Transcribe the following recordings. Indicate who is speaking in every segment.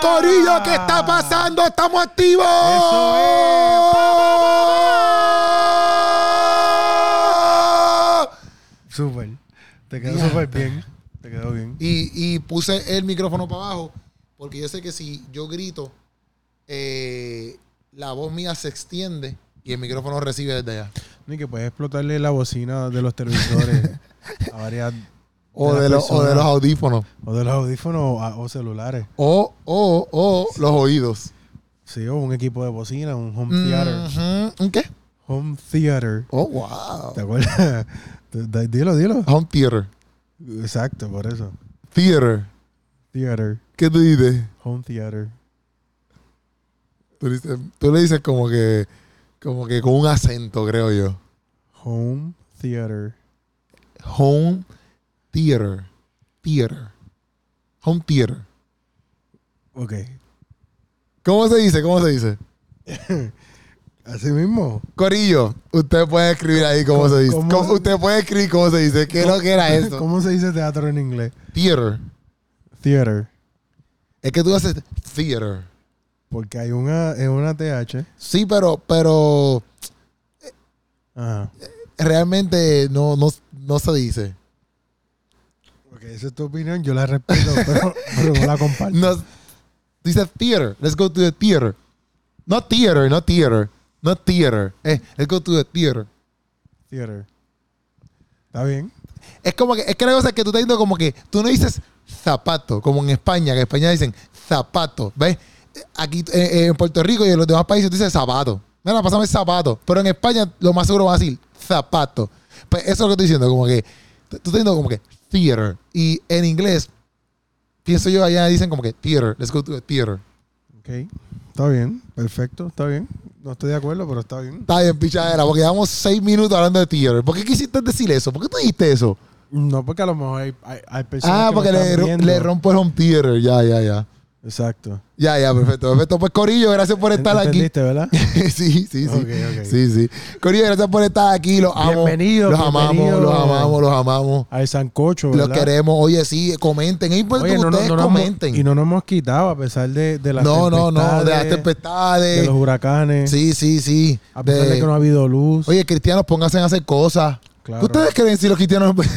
Speaker 1: Corillo, ¿qué está pasando? ¡Estamos activos!
Speaker 2: Eso es. Súper. Te quedó
Speaker 1: Ya.
Speaker 2: súper bien. Te quedó bien.
Speaker 1: Y, y puse el micrófono para abajo porque yo sé que si yo grito, eh, la voz mía se extiende y el micrófono recibe desde allá.
Speaker 2: Ni que puedes explotarle la bocina de los televisores a varias.
Speaker 1: O
Speaker 2: de
Speaker 1: de,
Speaker 2: la
Speaker 1: los- o de
Speaker 2: persona.
Speaker 1: los audífonos.
Speaker 2: O de los audífonos o, a- o celulares.
Speaker 1: O, o, o los oídos.
Speaker 2: Sí, o un equipo de bocina, un home theater.
Speaker 1: Ujú. ¿Un qué?
Speaker 2: Home theater.
Speaker 1: Oh, wow.
Speaker 2: ¿Te acuerdas? D- d- Dilo, dilo.
Speaker 1: Home theater.
Speaker 2: Exacto, por eso.
Speaker 1: Theater.
Speaker 2: Theater.
Speaker 1: ¿Qué tú dices?
Speaker 2: Home theater.
Speaker 1: Tú, dices- tú le dices como que, como que con un acento, creo yo.
Speaker 2: Home theater.
Speaker 1: Home theater. Theater. Home theater.
Speaker 2: Ok.
Speaker 1: ¿Cómo se dice? ¿Cómo se dice?
Speaker 2: Así mismo.
Speaker 1: Corillo, usted puede escribir ahí cómo,
Speaker 2: ¿Cómo-
Speaker 1: se dice.
Speaker 2: cómo
Speaker 1: ¿Cómo-
Speaker 2: se-
Speaker 1: usted puede escribir cómo se dice. ¿Qué es lo que era eso?
Speaker 2: ¿Cómo se dice teatro en inglés?
Speaker 1: Theater.
Speaker 2: Theater.
Speaker 1: Es que tú haces theater.
Speaker 2: Porque hay una, es una TH.
Speaker 1: Sí, pero, pero
Speaker 2: Ajá.
Speaker 1: realmente no, no, no se dice.
Speaker 2: Ok, esa es tu opinión, yo la respeto, pero, pero no la comparto.
Speaker 1: No, dice theater. Let's go to the theater. No theater, no theater. No theater. Eh, let's go to the theater.
Speaker 2: Theater. ¿Está bien?
Speaker 1: Es como que, es que la cosa es que tú estás diciendo como que tú no dices zapato, como en España, que en España dicen zapato, ¿ves? Aquí eh, eh, en Puerto Rico y en los demás países tú dices zapato. Mira, pásame el zapato. Pero en España lo más seguro van a decir zapato. Pues eso es lo que estoy diciendo, como que tú estás diciendo como que theater. Y en inglés, pienso yo, allá dicen como que theater, let's go to the theater.
Speaker 2: Ok. Está bien, perfecto, está bien. No estoy de acuerdo, pero está bien.
Speaker 1: Está bien, pichadera, porque llevamos seis minutos hablando de theater. ¿Por qué quisiste decir eso? ¿Por qué tú dijiste eso?
Speaker 2: No, porque a lo mejor hay, hay, hay personas
Speaker 1: Ah,
Speaker 2: que
Speaker 1: porque
Speaker 2: no
Speaker 1: le,
Speaker 2: están
Speaker 1: ro-
Speaker 2: viendo.
Speaker 1: le rompo el home theater. Ya, ya, ya.
Speaker 2: Exacto.
Speaker 1: Ya, ya, perfecto, perfecto. Pues Corillo, gracias por estar aquí.
Speaker 2: ¿Entendiste, verdad?
Speaker 1: sí, sí, sí.
Speaker 2: Ok, ok.
Speaker 1: Sí, sí. Corillo, gracias por estar aquí. Los amo.
Speaker 2: Bienvenido,
Speaker 1: los
Speaker 2: bienvenido.
Speaker 1: amamos, los amamos, los amamos.
Speaker 2: Hay sancocho, ¿verdad?
Speaker 1: Los queremos. Oye, sí, comenten. Es importante
Speaker 2: Oye,
Speaker 1: que
Speaker 2: no, no,
Speaker 1: ustedes
Speaker 2: no nos hemos-
Speaker 1: comenten.
Speaker 2: y no nos hemos quitado a pesar de, de las
Speaker 1: no, no, no, de las
Speaker 2: tempestades,
Speaker 1: tempestades.
Speaker 2: de los huracanes,
Speaker 1: Sí, sí, sí.
Speaker 2: a pesar de...
Speaker 1: De-
Speaker 2: que no ha habido luz.
Speaker 1: Oye, cristianos, pónganse a hacer cosas.
Speaker 2: Claro.
Speaker 1: ¿Qué ustedes creen si los cristianos...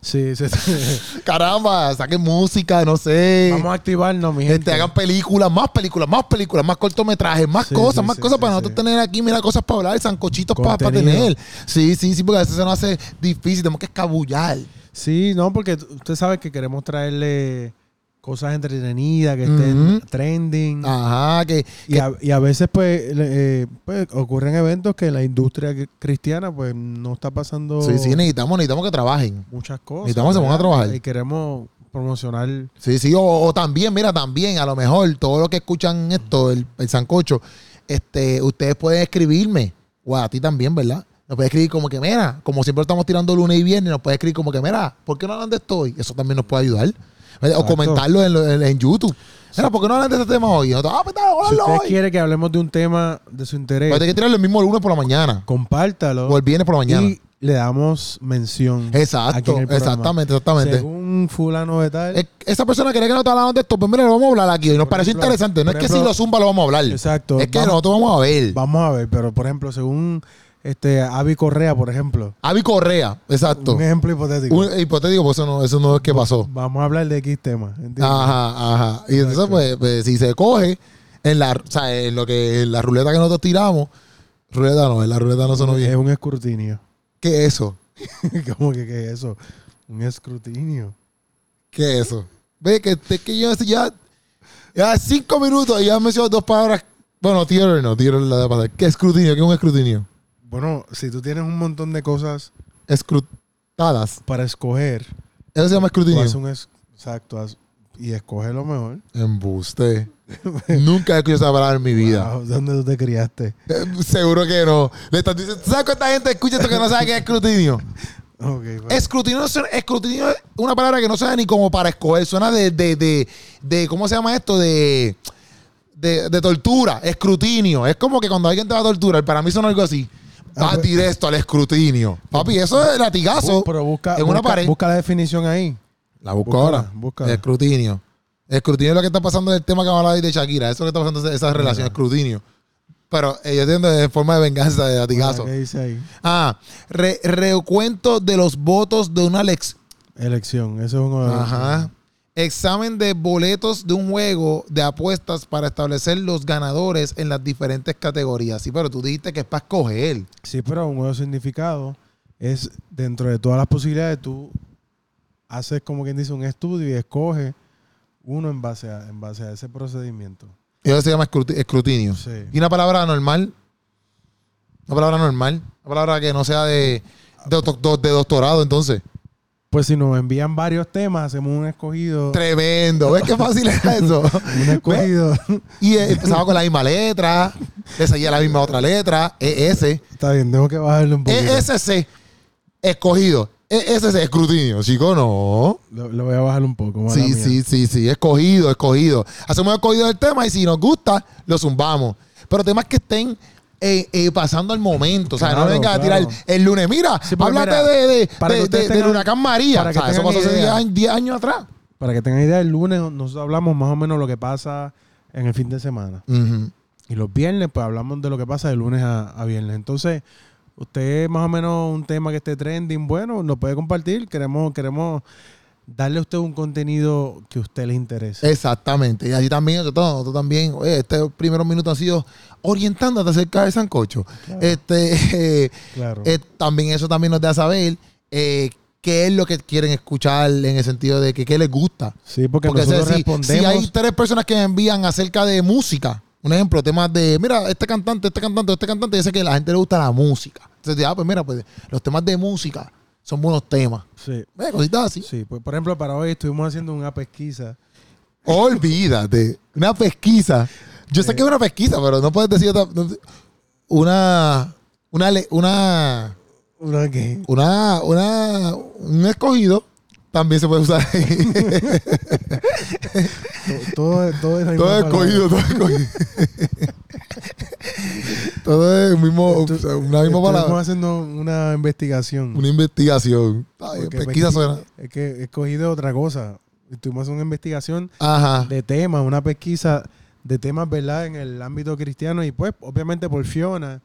Speaker 2: Sí, sí, sí.
Speaker 1: Caramba, saquen música, no sé.
Speaker 2: Vamos a activarnos, mi gente.
Speaker 1: Gente, Este, hagan películas, más películas, más películas, más cortometrajes, más
Speaker 2: Sí,
Speaker 1: cosas,
Speaker 2: sí,
Speaker 1: más
Speaker 2: sí,
Speaker 1: cosas
Speaker 2: sí,
Speaker 1: para
Speaker 2: sí.
Speaker 1: nosotros tener aquí, mira, cosas para hablar, sancochitos para, para
Speaker 2: Contenido.
Speaker 1: tener. Sí, sí, sí, porque a veces se nos hace difícil, tenemos que escabullar.
Speaker 2: Sí, no, porque t- usted sabe que queremos traerle cosas entretenidas, que estén
Speaker 1: Ujú.
Speaker 2: trending.
Speaker 1: Ajá, que,
Speaker 2: Y a, y a veces, pues, le- eh, pues, ocurren eventos que la industria cri- cristiana, pues, no está pasando
Speaker 1: sí, sí, necesitamos, necesamos que trabajen.
Speaker 2: muchas cosas.
Speaker 1: necesitamos que se pongan a
Speaker 2: ¿verdad?
Speaker 1: trabajar.
Speaker 2: Y queremos promocionar.
Speaker 1: Sí, sí, o, o también, mira, también, a lo mejor, todos los que escuchan esto, el, el sancocho, este, ustedes pueden escribirme, o a ti también, ¿verdad? Nos puede escribir como que, mira, como siempre estamos tirando lunes y viernes, nos puede escribir como que, mira, ¿por qué no hablan de esto hoy? Eso también nos puede ayudar. O comentarlo en, lo- en- en YouTube. Mira, ¿por qué no hablan de este tema hoy? Y nosotros, ah, pues dale,
Speaker 2: Si
Speaker 1: háblalo
Speaker 2: usted
Speaker 1: hoy.
Speaker 2: quiere que hablemos de un tema de su interés,
Speaker 1: Pero hay que tirarlo el mismo lunes por la mañana,
Speaker 2: compártalo
Speaker 1: o el viernes por la mañana.
Speaker 2: y le damos mención. aquí en
Speaker 1: Exacto,
Speaker 2: el programa.
Speaker 1: exactamente, exactamente.
Speaker 2: Según fulano de tal.
Speaker 1: Es- Esa persona quería que no te hablamos de esto, pues mira, lo vamos a hablar aquí. Y nos
Speaker 2: Por
Speaker 1: pareció
Speaker 2: ejemplo,
Speaker 1: interesante. No
Speaker 2: por
Speaker 1: es que si
Speaker 2: ejemplo,
Speaker 1: lo zumba lo vamos a hablar.
Speaker 2: Exacto.
Speaker 1: Es que
Speaker 2: Vamos-
Speaker 1: nosotros vamos a ver.
Speaker 2: Vamos a ver, pero por ejemplo, según este Avi Correa, por ejemplo,
Speaker 1: Avi Correa, exacto.
Speaker 2: un ejemplo hipotético.
Speaker 1: Un hipotético, pues eso no, eso no es que pasó.
Speaker 2: Vamos a hablar de X tema, ¿entiendes?
Speaker 1: Ajá, ajá. Y entonces,
Speaker 2: Exacto.
Speaker 1: pues, pues, si se coge, en la, o sea, en lo que, en la ruleta que nosotros tiramos, ruleta no, en la ruleta no sonó
Speaker 2: es
Speaker 1: bien.
Speaker 2: un escrutinio.
Speaker 1: ¿Qué es eso?
Speaker 2: ¿Cómo que qué es eso? Un escrutinio.
Speaker 1: ¿Qué es eso? Ve que, es que yo ya, ya cinco minutos y ya mencionado dos palabras. Bueno, theater no, theater la de pasar. ¿Qué escrutinio? ¿Qué es un escrutinio?
Speaker 2: Bueno, si tú tienes un montón de cosas
Speaker 1: Escrutadas.
Speaker 2: para escoger,
Speaker 1: Eso se llama
Speaker 2: tú
Speaker 1: escrutinio.
Speaker 2: haces un es- exacto haz- y escoge lo mejor.
Speaker 1: Embuste. Nunca he escuchado esa palabra en mi vida.
Speaker 2: Wow, Ah, ¿Dónde tú te criaste?
Speaker 1: Eh, Seguro que no. Le estás diciendo, ¿tú ¿sabes cuánta gente escucha esto que no sabe qué es escrutinio?
Speaker 2: Ok, pues. pero-
Speaker 1: Escrutinio, no suena- escrutinio es una palabra que no suena ni como para escoger, suena de, de, de, de- ¿cómo se llama esto? De, de, de tortura, escrutinio. Es como que cuando alguien te va a torturar, para mí suena algo así.
Speaker 2: Ah,
Speaker 1: Vas directo al escrutinio. Papi, eso es latigazo.
Speaker 2: Bu- pero pues. busca,
Speaker 1: en una
Speaker 2: busca-
Speaker 1: pared.
Speaker 2: busca la definición ahí.
Speaker 1: la busco
Speaker 2: búscala,
Speaker 1: ahora.
Speaker 2: búscala.
Speaker 1: Escrutinio. Escrutinio es lo que está pasando del tema que vamos a hablar hoy de Shakira. Eso es lo que está pasando, esa- esa relación, escrutinio. Pero eh, yo entiendo en forma de venganza, de latigazo.
Speaker 2: ¿Qué dice ahí?
Speaker 1: Ah, re- recuento de los votos de una Alex.
Speaker 2: Elección. Eso es
Speaker 1: Ah,
Speaker 2: un.
Speaker 1: Ajá. Examen de boletos de un juego de apuestas para establecer los ganadores en las diferentes categorías. Sí, pero tú dijiste que es para escoger.
Speaker 2: Sí, pero un nuevo significado es dentro de todas las posibilidades, tú haces como quien dice un estudio y escoges uno en base a, en base a ese procedimiento.
Speaker 1: Y eso se llama escruti- escrutinio.
Speaker 2: Sí.
Speaker 1: Y una palabra normal. Una palabra normal. Una palabra que no sea de, de, doc- do- de doctorado, entonces.
Speaker 2: Pues si nos envían varios temas, hacemos un escogido.
Speaker 1: Tremendo. ¿Ves qué fácil es eso?
Speaker 2: Un escogido.
Speaker 1: Y eh, empezaba con la misma letra. Le seguía la misma otra letra. E ES.
Speaker 2: Está bien, tengo que bajarle un poquito.
Speaker 1: ESC. E, Escogido. ESC. Escrutinio. Chico, no.
Speaker 2: Lo, lo voy a bajar un poco. mala
Speaker 1: Sí,
Speaker 2: mía.
Speaker 1: sí, sí, sí. Escogido, escogido. Hacemos el escogido del tema y si nos gusta, lo zumbamos. Pero temas que estén eh, eh, pasando al momento. O sea, no
Speaker 2: Claro,
Speaker 1: vengas a tirar
Speaker 2: claro.
Speaker 1: el, lunes. Mira,
Speaker 2: Sí, porque
Speaker 1: háblate
Speaker 2: mira,
Speaker 1: de, de-
Speaker 2: para
Speaker 1: de-
Speaker 2: que ustedes
Speaker 1: de- del
Speaker 2: tengan-
Speaker 1: huracán María.
Speaker 2: para
Speaker 1: O
Speaker 2: que
Speaker 1: sea, eso
Speaker 2: tengan
Speaker 1: pasó hace
Speaker 2: idea.
Speaker 1: 10 10 años atrás.
Speaker 2: Para que tengan idea, el lunes nosotros hablamos más o menos lo que pasa en el fin de semana.
Speaker 1: Ujú.
Speaker 2: Y los viernes, pues hablamos de lo que pasa de lunes a, a viernes. Entonces, usted más o menos un tema que esté trending, bueno, nos puede compartir. Queremos, queremos darle a usted un contenido que a usted le
Speaker 1: Eh,
Speaker 2: interese.
Speaker 1: Exactamente. Y allí también, nosotros, nosotros también, oye, este estos primeros minutos han sido orientándote acerca del sancocho. Este, eh,
Speaker 2: claro.
Speaker 1: eh, también eso también nos da a saber eh, qué es lo que quieren escuchar en el sentido de que qué les gusta.
Speaker 2: sí, porque,
Speaker 1: Porque
Speaker 2: nosotros
Speaker 1: o sea, si- si,
Speaker 2: respondemos.
Speaker 1: hay tres personas que me envían acerca de música, un ejemplo, temas de, mira, este cantante, este cantante, este cantante, dice que a la gente le gusta la música. Entonces, ah, pues mira, pues los temas de música son buenos temas.
Speaker 2: Sí,
Speaker 1: Eh, cositas así.
Speaker 2: sí. Pues, por ejemplo, para hoy estuvimos haciendo una pesquisa.
Speaker 1: Olvídate. Una pesquisa. Yo sé que es una pesquisa, pero no puedes decir otra. no- Una. Una. le- Una.
Speaker 2: ¿Una qué?
Speaker 1: Una. Una. Un escogido también se puede usar ahí.
Speaker 2: To- Todo, todo es la
Speaker 1: todo
Speaker 2: misma palabra.
Speaker 1: escogido, todo escogido. todo es el mismo.
Speaker 2: Estu-
Speaker 1: o sea, una misma
Speaker 2: estuvimos
Speaker 1: palabra.
Speaker 2: haciendo una investigación.
Speaker 1: Una investigación. Ay,
Speaker 2: Porque pues
Speaker 1: pesquisa
Speaker 2: pesqui-
Speaker 1: suena.
Speaker 2: Es que he cogido otra cosa. Estuvimos haciendo una investigación
Speaker 1: Ajá.
Speaker 2: de temas, una pesquisa de temas, ¿verdad? En el ámbito cristiano. Y pues, obviamente, por Fiona,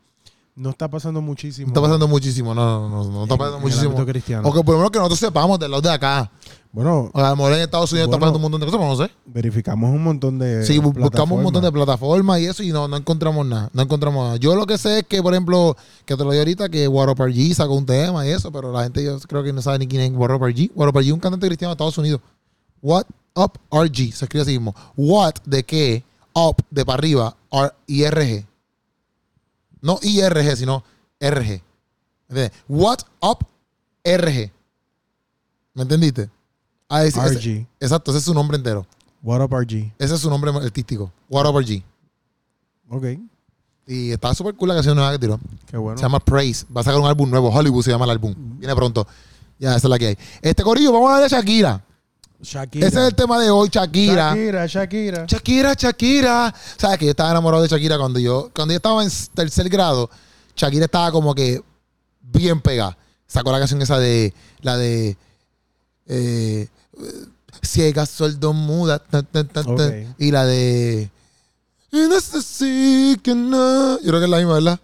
Speaker 2: no está pasando muchísimo.
Speaker 1: No está pasando muchísimo. No, no, no. No está
Speaker 2: en-
Speaker 1: pasando
Speaker 2: en el
Speaker 1: muchísimo.
Speaker 2: ámbito cristiano.
Speaker 1: O que por lo menos que nosotros sepamos de los de acá.
Speaker 2: Bueno,
Speaker 1: O a lo mejor en Estados Unidos está
Speaker 2: Bueno.
Speaker 1: pasando un montón de cosas, pero no sé.
Speaker 2: verificamos un montón de.
Speaker 1: Sí, bu- buscamos un montón de
Speaker 2: plataformas.
Speaker 1: plataformas y eso y no, no encontramos nada. No encontramos nada. Yo lo que sé es que, por ejemplo, que te lo digo ahorita, que Warupar G sacó un tema y eso, pero la gente yo creo que no sabe ni quién es Warupar G. Warupar G es un cantante cristiano de Estados Unidos. What Up RG, se escribe así mismo. What de qué, up de para arriba, R- IRG. No IRG, sino RG. ¿Entiendes? What Up RG. ¿Me entendiste? Ah, ese- ese-
Speaker 2: RG.
Speaker 1: exacto, ese es su nombre entero.
Speaker 2: What up, RG?
Speaker 1: Ese es su nombre artístico, What Over G.
Speaker 2: Ok,
Speaker 1: Y está súper cool la canción nueva que tiró.
Speaker 2: qué bueno.
Speaker 1: Se llama Praise. Va a sacar un álbum nuevo. Hollywood se llama el álbum. Viene pronto. Ya, esa es la que hay. Este corillo, vamos a hablar de Shakira.
Speaker 2: Shakira.
Speaker 1: Ese es el tema de hoy, Shakira.
Speaker 2: Shakira, Shakira.
Speaker 1: Shakira, Shakira. Sabes que yo estaba enamorado de Shakira cuando yo, cuando yo estaba en tercer grado. Shakira estaba como que bien pegada. Sacó la canción esa de la de eh, ciega, soldo muda tan, tan, tan, tan.
Speaker 2: Ok.
Speaker 1: y la de "Y no sé si que no". Yo creo que es la misma, ¿verdad?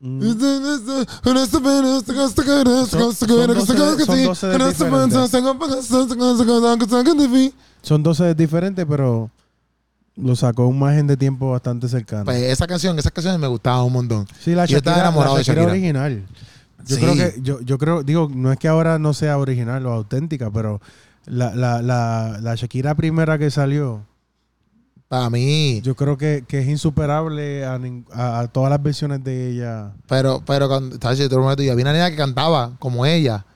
Speaker 2: Mm,
Speaker 1: Pues
Speaker 2: Son dos sedes diferentes, pero lo sacó un margen de tiempo bastante cercano.
Speaker 1: esa canción, esas canciones me gustaban un montón.
Speaker 2: Sí, la
Speaker 1: Yo
Speaker 2: Shakira,
Speaker 1: estaba enamorado
Speaker 2: la
Speaker 1: de
Speaker 2: Shakira
Speaker 1: Shakira.
Speaker 2: original. Yo
Speaker 1: Sí.
Speaker 2: creo que, yo, yo creo, digo, no es que ahora no sea original o auténtica, pero la, la, la, la Shakira primera que salió,
Speaker 1: Para mí.
Speaker 2: yo creo que, que es insuperable a, nin- a- a todas las versiones de ella.
Speaker 1: Pero, pero cuando estaba yo te lo prometo, y había una nena que cantaba como ella.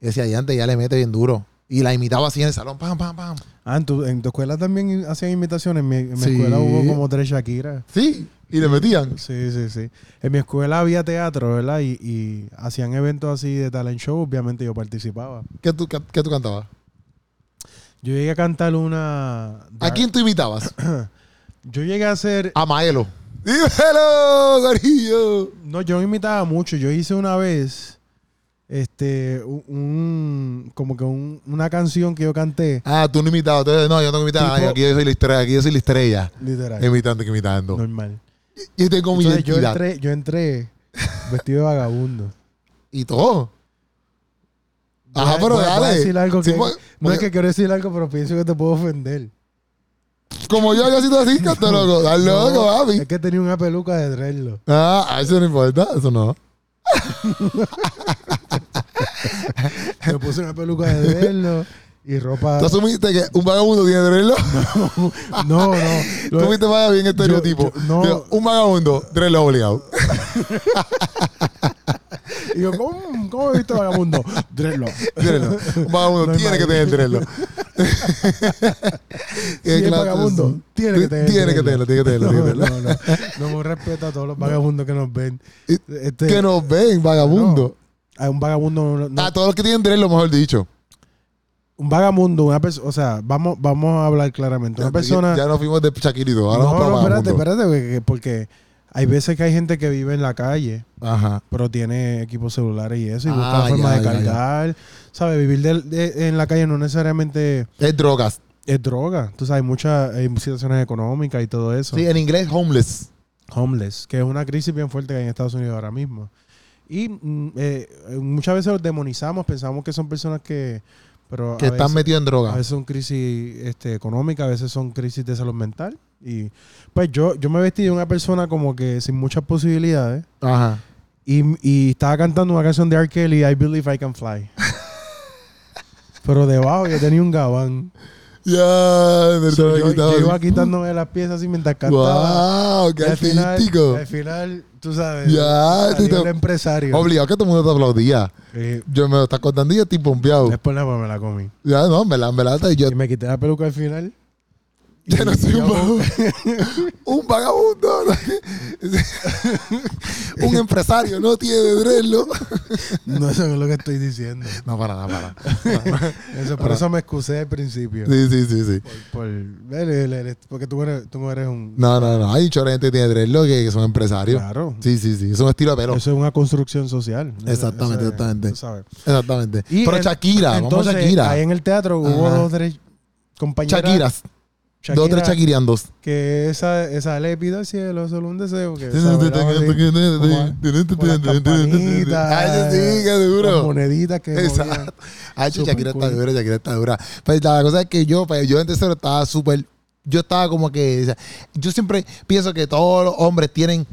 Speaker 1: Y decía, y antes ya le mete bien duro. Y la imitaba así en el salón, pam, pam, pam.
Speaker 2: Ah, en tu, en tu escuela también hacían imitaciones. En mi, en mi
Speaker 1: Sí.
Speaker 2: escuela hubo como tres Shakiras.
Speaker 1: Sí, y le metían.
Speaker 2: Sí, sí, sí. En mi escuela había teatro, ¿verdad? Y, y hacían eventos así de talent show. Obviamente yo participaba.
Speaker 1: ¿Qué tú, qué, qué tú cantabas?
Speaker 2: Yo llegué a cantar una...
Speaker 1: ¿A quién tú imitabas?
Speaker 2: Yo llegué a hacer...
Speaker 1: A Maelo. ¡Dímelo, Gorillo!
Speaker 2: No, yo imitaba mucho. Yo hice una vez este un, un- como que un- una canción que yo canté
Speaker 1: Ah, tú no imitabas. tú eres- No, yo no imitaba.
Speaker 2: Tipo-
Speaker 1: Ay, aquí yo soy la estrella. Aquí yo soy la estrella.
Speaker 2: literal
Speaker 1: Imitando que imitando.
Speaker 2: normal
Speaker 1: Yo tengo mi
Speaker 2: Entonces, yo
Speaker 1: identidad.
Speaker 2: entré yo entré vestido de vagabundo
Speaker 1: Y todo.
Speaker 2: Voy
Speaker 1: Ajá,
Speaker 2: a-
Speaker 1: pero
Speaker 2: voy a- voy a
Speaker 1: dale.
Speaker 2: decir algo
Speaker 1: Sí, pues,
Speaker 2: que-
Speaker 1: porque-
Speaker 2: no es que quiero decir algo pero pienso que te puedo ofender
Speaker 1: Como yo, yo siento así, canto loco. Estás
Speaker 2: No,
Speaker 1: loco, papi.
Speaker 2: es que tenía una peluca de dreadlock
Speaker 1: Ah, eso no importa. Eso no.
Speaker 2: me puse una peluca de dreadlock y ropa
Speaker 1: ¿Tú asumiste que un vagabundo tiene reloj?
Speaker 2: no no
Speaker 1: Tú
Speaker 2: Lo-
Speaker 1: viste para bien estereotipo.
Speaker 2: yo- no.
Speaker 1: Digo, Un vagabundo, reloj obligado.
Speaker 2: y yo ¿cómo, cómo he visto vagabundo dreadlock
Speaker 1: Dreadlock. Un vagabundo
Speaker 2: Normal.
Speaker 1: tiene que tener dreadlock.
Speaker 2: Si es vagabundo, tiene que tener.
Speaker 1: Tiene que tenerlo,
Speaker 2: tenerlo.
Speaker 1: tiene que tenerlo, tiene que tenerlo.
Speaker 2: No, no, no. No, un respeto a todos los vagabundos que nos ven.
Speaker 1: Y-
Speaker 2: Este,
Speaker 1: Que nos ven, vagabundo.
Speaker 2: a un vagabundo, no- no,
Speaker 1: A todos los que tienen dreadlock, mejor dicho.
Speaker 2: un vagabundo, una persona, o sea, vamos, vamos a hablar claramente. Una persona.
Speaker 1: Ya nos fuimos de chaquirito. Ahora
Speaker 2: no,
Speaker 1: vamos para
Speaker 2: no, espérate,
Speaker 1: vagabundo.
Speaker 2: espérate, porque, porque hay veces que hay gente que vive en la calle,
Speaker 1: Ajá.
Speaker 2: pero tiene equipos celulares y eso, y
Speaker 1: Ah,
Speaker 2: busca la forma
Speaker 1: ya,
Speaker 2: de
Speaker 1: ya, ya.
Speaker 2: cargar. ¿Sabes? Vivir del- de- en la calle no necesariamente
Speaker 1: Es drogas.
Speaker 2: es droga. Tú sabes, hay muchas hay situaciones económicas y todo eso.
Speaker 1: Sí, en inglés, homeless.
Speaker 2: homeless, que es una crisis bien fuerte que hay en Estados Unidos ahora mismo. Y mm, eh, muchas veces los demonizamos, pensamos que son personas que... Pero
Speaker 1: Que
Speaker 2: a
Speaker 1: están
Speaker 2: veces-
Speaker 1: metidos en
Speaker 2: A
Speaker 1: drogas.
Speaker 2: veces son crisis este, económicas, a veces son crisis de salud mental. Y pues yo, yo me vestí de una persona como que sin muchas posibilidades.
Speaker 1: Ajá.
Speaker 2: Y, y estaba cantando una canción de R. Kelly, I Believe I Can Fly. Pero debajo yo tenía un gabán.
Speaker 1: Ya, me
Speaker 2: So,
Speaker 1: lo
Speaker 2: yo,
Speaker 1: quitaba.
Speaker 2: yo iba quitándome las piezas así mientras cantaba.
Speaker 1: Wow, qué
Speaker 2: Y al final-
Speaker 1: artístico.
Speaker 2: Al final, tú sabes.
Speaker 1: Ya, tú
Speaker 2: salió el
Speaker 1: te-
Speaker 2: empresario.
Speaker 1: obligado que todo el mundo te aplaudía.
Speaker 2: Eh,
Speaker 1: Yo me lo está contando y yo estoy pompeado.
Speaker 2: después la me la comí.
Speaker 1: Ya, no, me la, me la, yo,
Speaker 2: Y me quité la peluca al final.
Speaker 1: yo no
Speaker 2: Y
Speaker 1: soy un
Speaker 2: yo-
Speaker 1: vagabundo. un vagabundo. un empresario no tiene dreadlo.
Speaker 2: No, eso es lo que estoy diciendo.
Speaker 1: No, para nada, para.
Speaker 2: Eso, por eso me excusé al principio.
Speaker 1: Ah. Sí, sí, sí, sí.
Speaker 2: Por- el- el- el- porque tú eres, tú eres un...
Speaker 1: No, no, no. Hay mucha gente que tiene dreadlo que, que son empresarios.
Speaker 2: Claro.
Speaker 1: Sí, sí, sí. Es un estilo de pelo.
Speaker 2: Eso es una construcción social. Eso-
Speaker 1: Exactamente,
Speaker 2: eso es-
Speaker 1: exactamente.
Speaker 2: tú sabes.
Speaker 1: Exactamente.
Speaker 2: Y
Speaker 1: Pero
Speaker 2: en-
Speaker 1: Shakira, vamos a
Speaker 2: Entonces,
Speaker 1: Shakira.
Speaker 2: ahí en el teatro hubo
Speaker 1: Ajá.
Speaker 2: dos tres compañeras...
Speaker 1: Shakiras. Dos o tres
Speaker 2: Shakira,
Speaker 1: Shakirandos.
Speaker 2: Que esa, esa le pido al cielo solo un deseo. Que, esa bailaba así,
Speaker 1: Ah, sí, qué
Speaker 2: las
Speaker 1: duro.
Speaker 2: moneditas que movían.
Speaker 1: Exacto. Ay,
Speaker 2: Súper
Speaker 1: Shakira Ah, está
Speaker 2: cool.
Speaker 1: dura, Shakira está dura. Pues la cosa es que yo, pues, yo en tercero estaba súper. Yo estaba como que. o sea, yo siempre pienso que todos los hombres tienen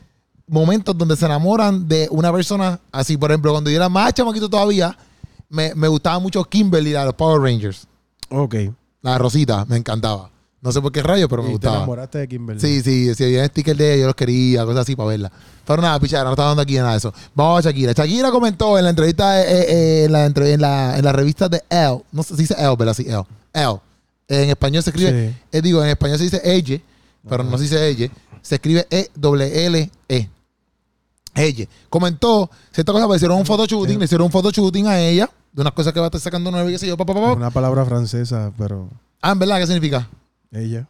Speaker 1: momentos donde se enamoran de una persona. Así, por ejemplo, cuando yo era más chamaquito todavía, me, me gustaba mucho Kimberly, la de los Power Rangers.
Speaker 2: Ok.
Speaker 1: La Rosita, me encantaba. No sé por qué rayo, pero me
Speaker 2: y te
Speaker 1: gustaba.
Speaker 2: enamoraste de Kimberly.
Speaker 1: Sí, sí, si había stickers de ella, yo los quería, cosas así para verla. Pero nada, pichara, no estaba dando aquí nada de eso. Vamos a Shakira. Shakira comentó en la entrevista, eh, eh, eh, en, la, entre- en, la, en la revista de Elle, no sé si dice Elle, ¿verdad? Sí, Elle. Elle. En español se escribe,
Speaker 2: Sí.
Speaker 1: eh, digo, en español se dice Elle, pero no se dice Elle, se escribe E-L-L-E. Elle. Comentó cierta cosa, pero hicieron un photoshooting, le hicieron un photoshooting a ella, de unas cosas que va a estar sacando nueva y qué sé yo, pa, pa, pa, pa.
Speaker 2: Una palabra francesa, pero
Speaker 1: Ah, ¿en verdad? ¿Qué significa?
Speaker 2: ella.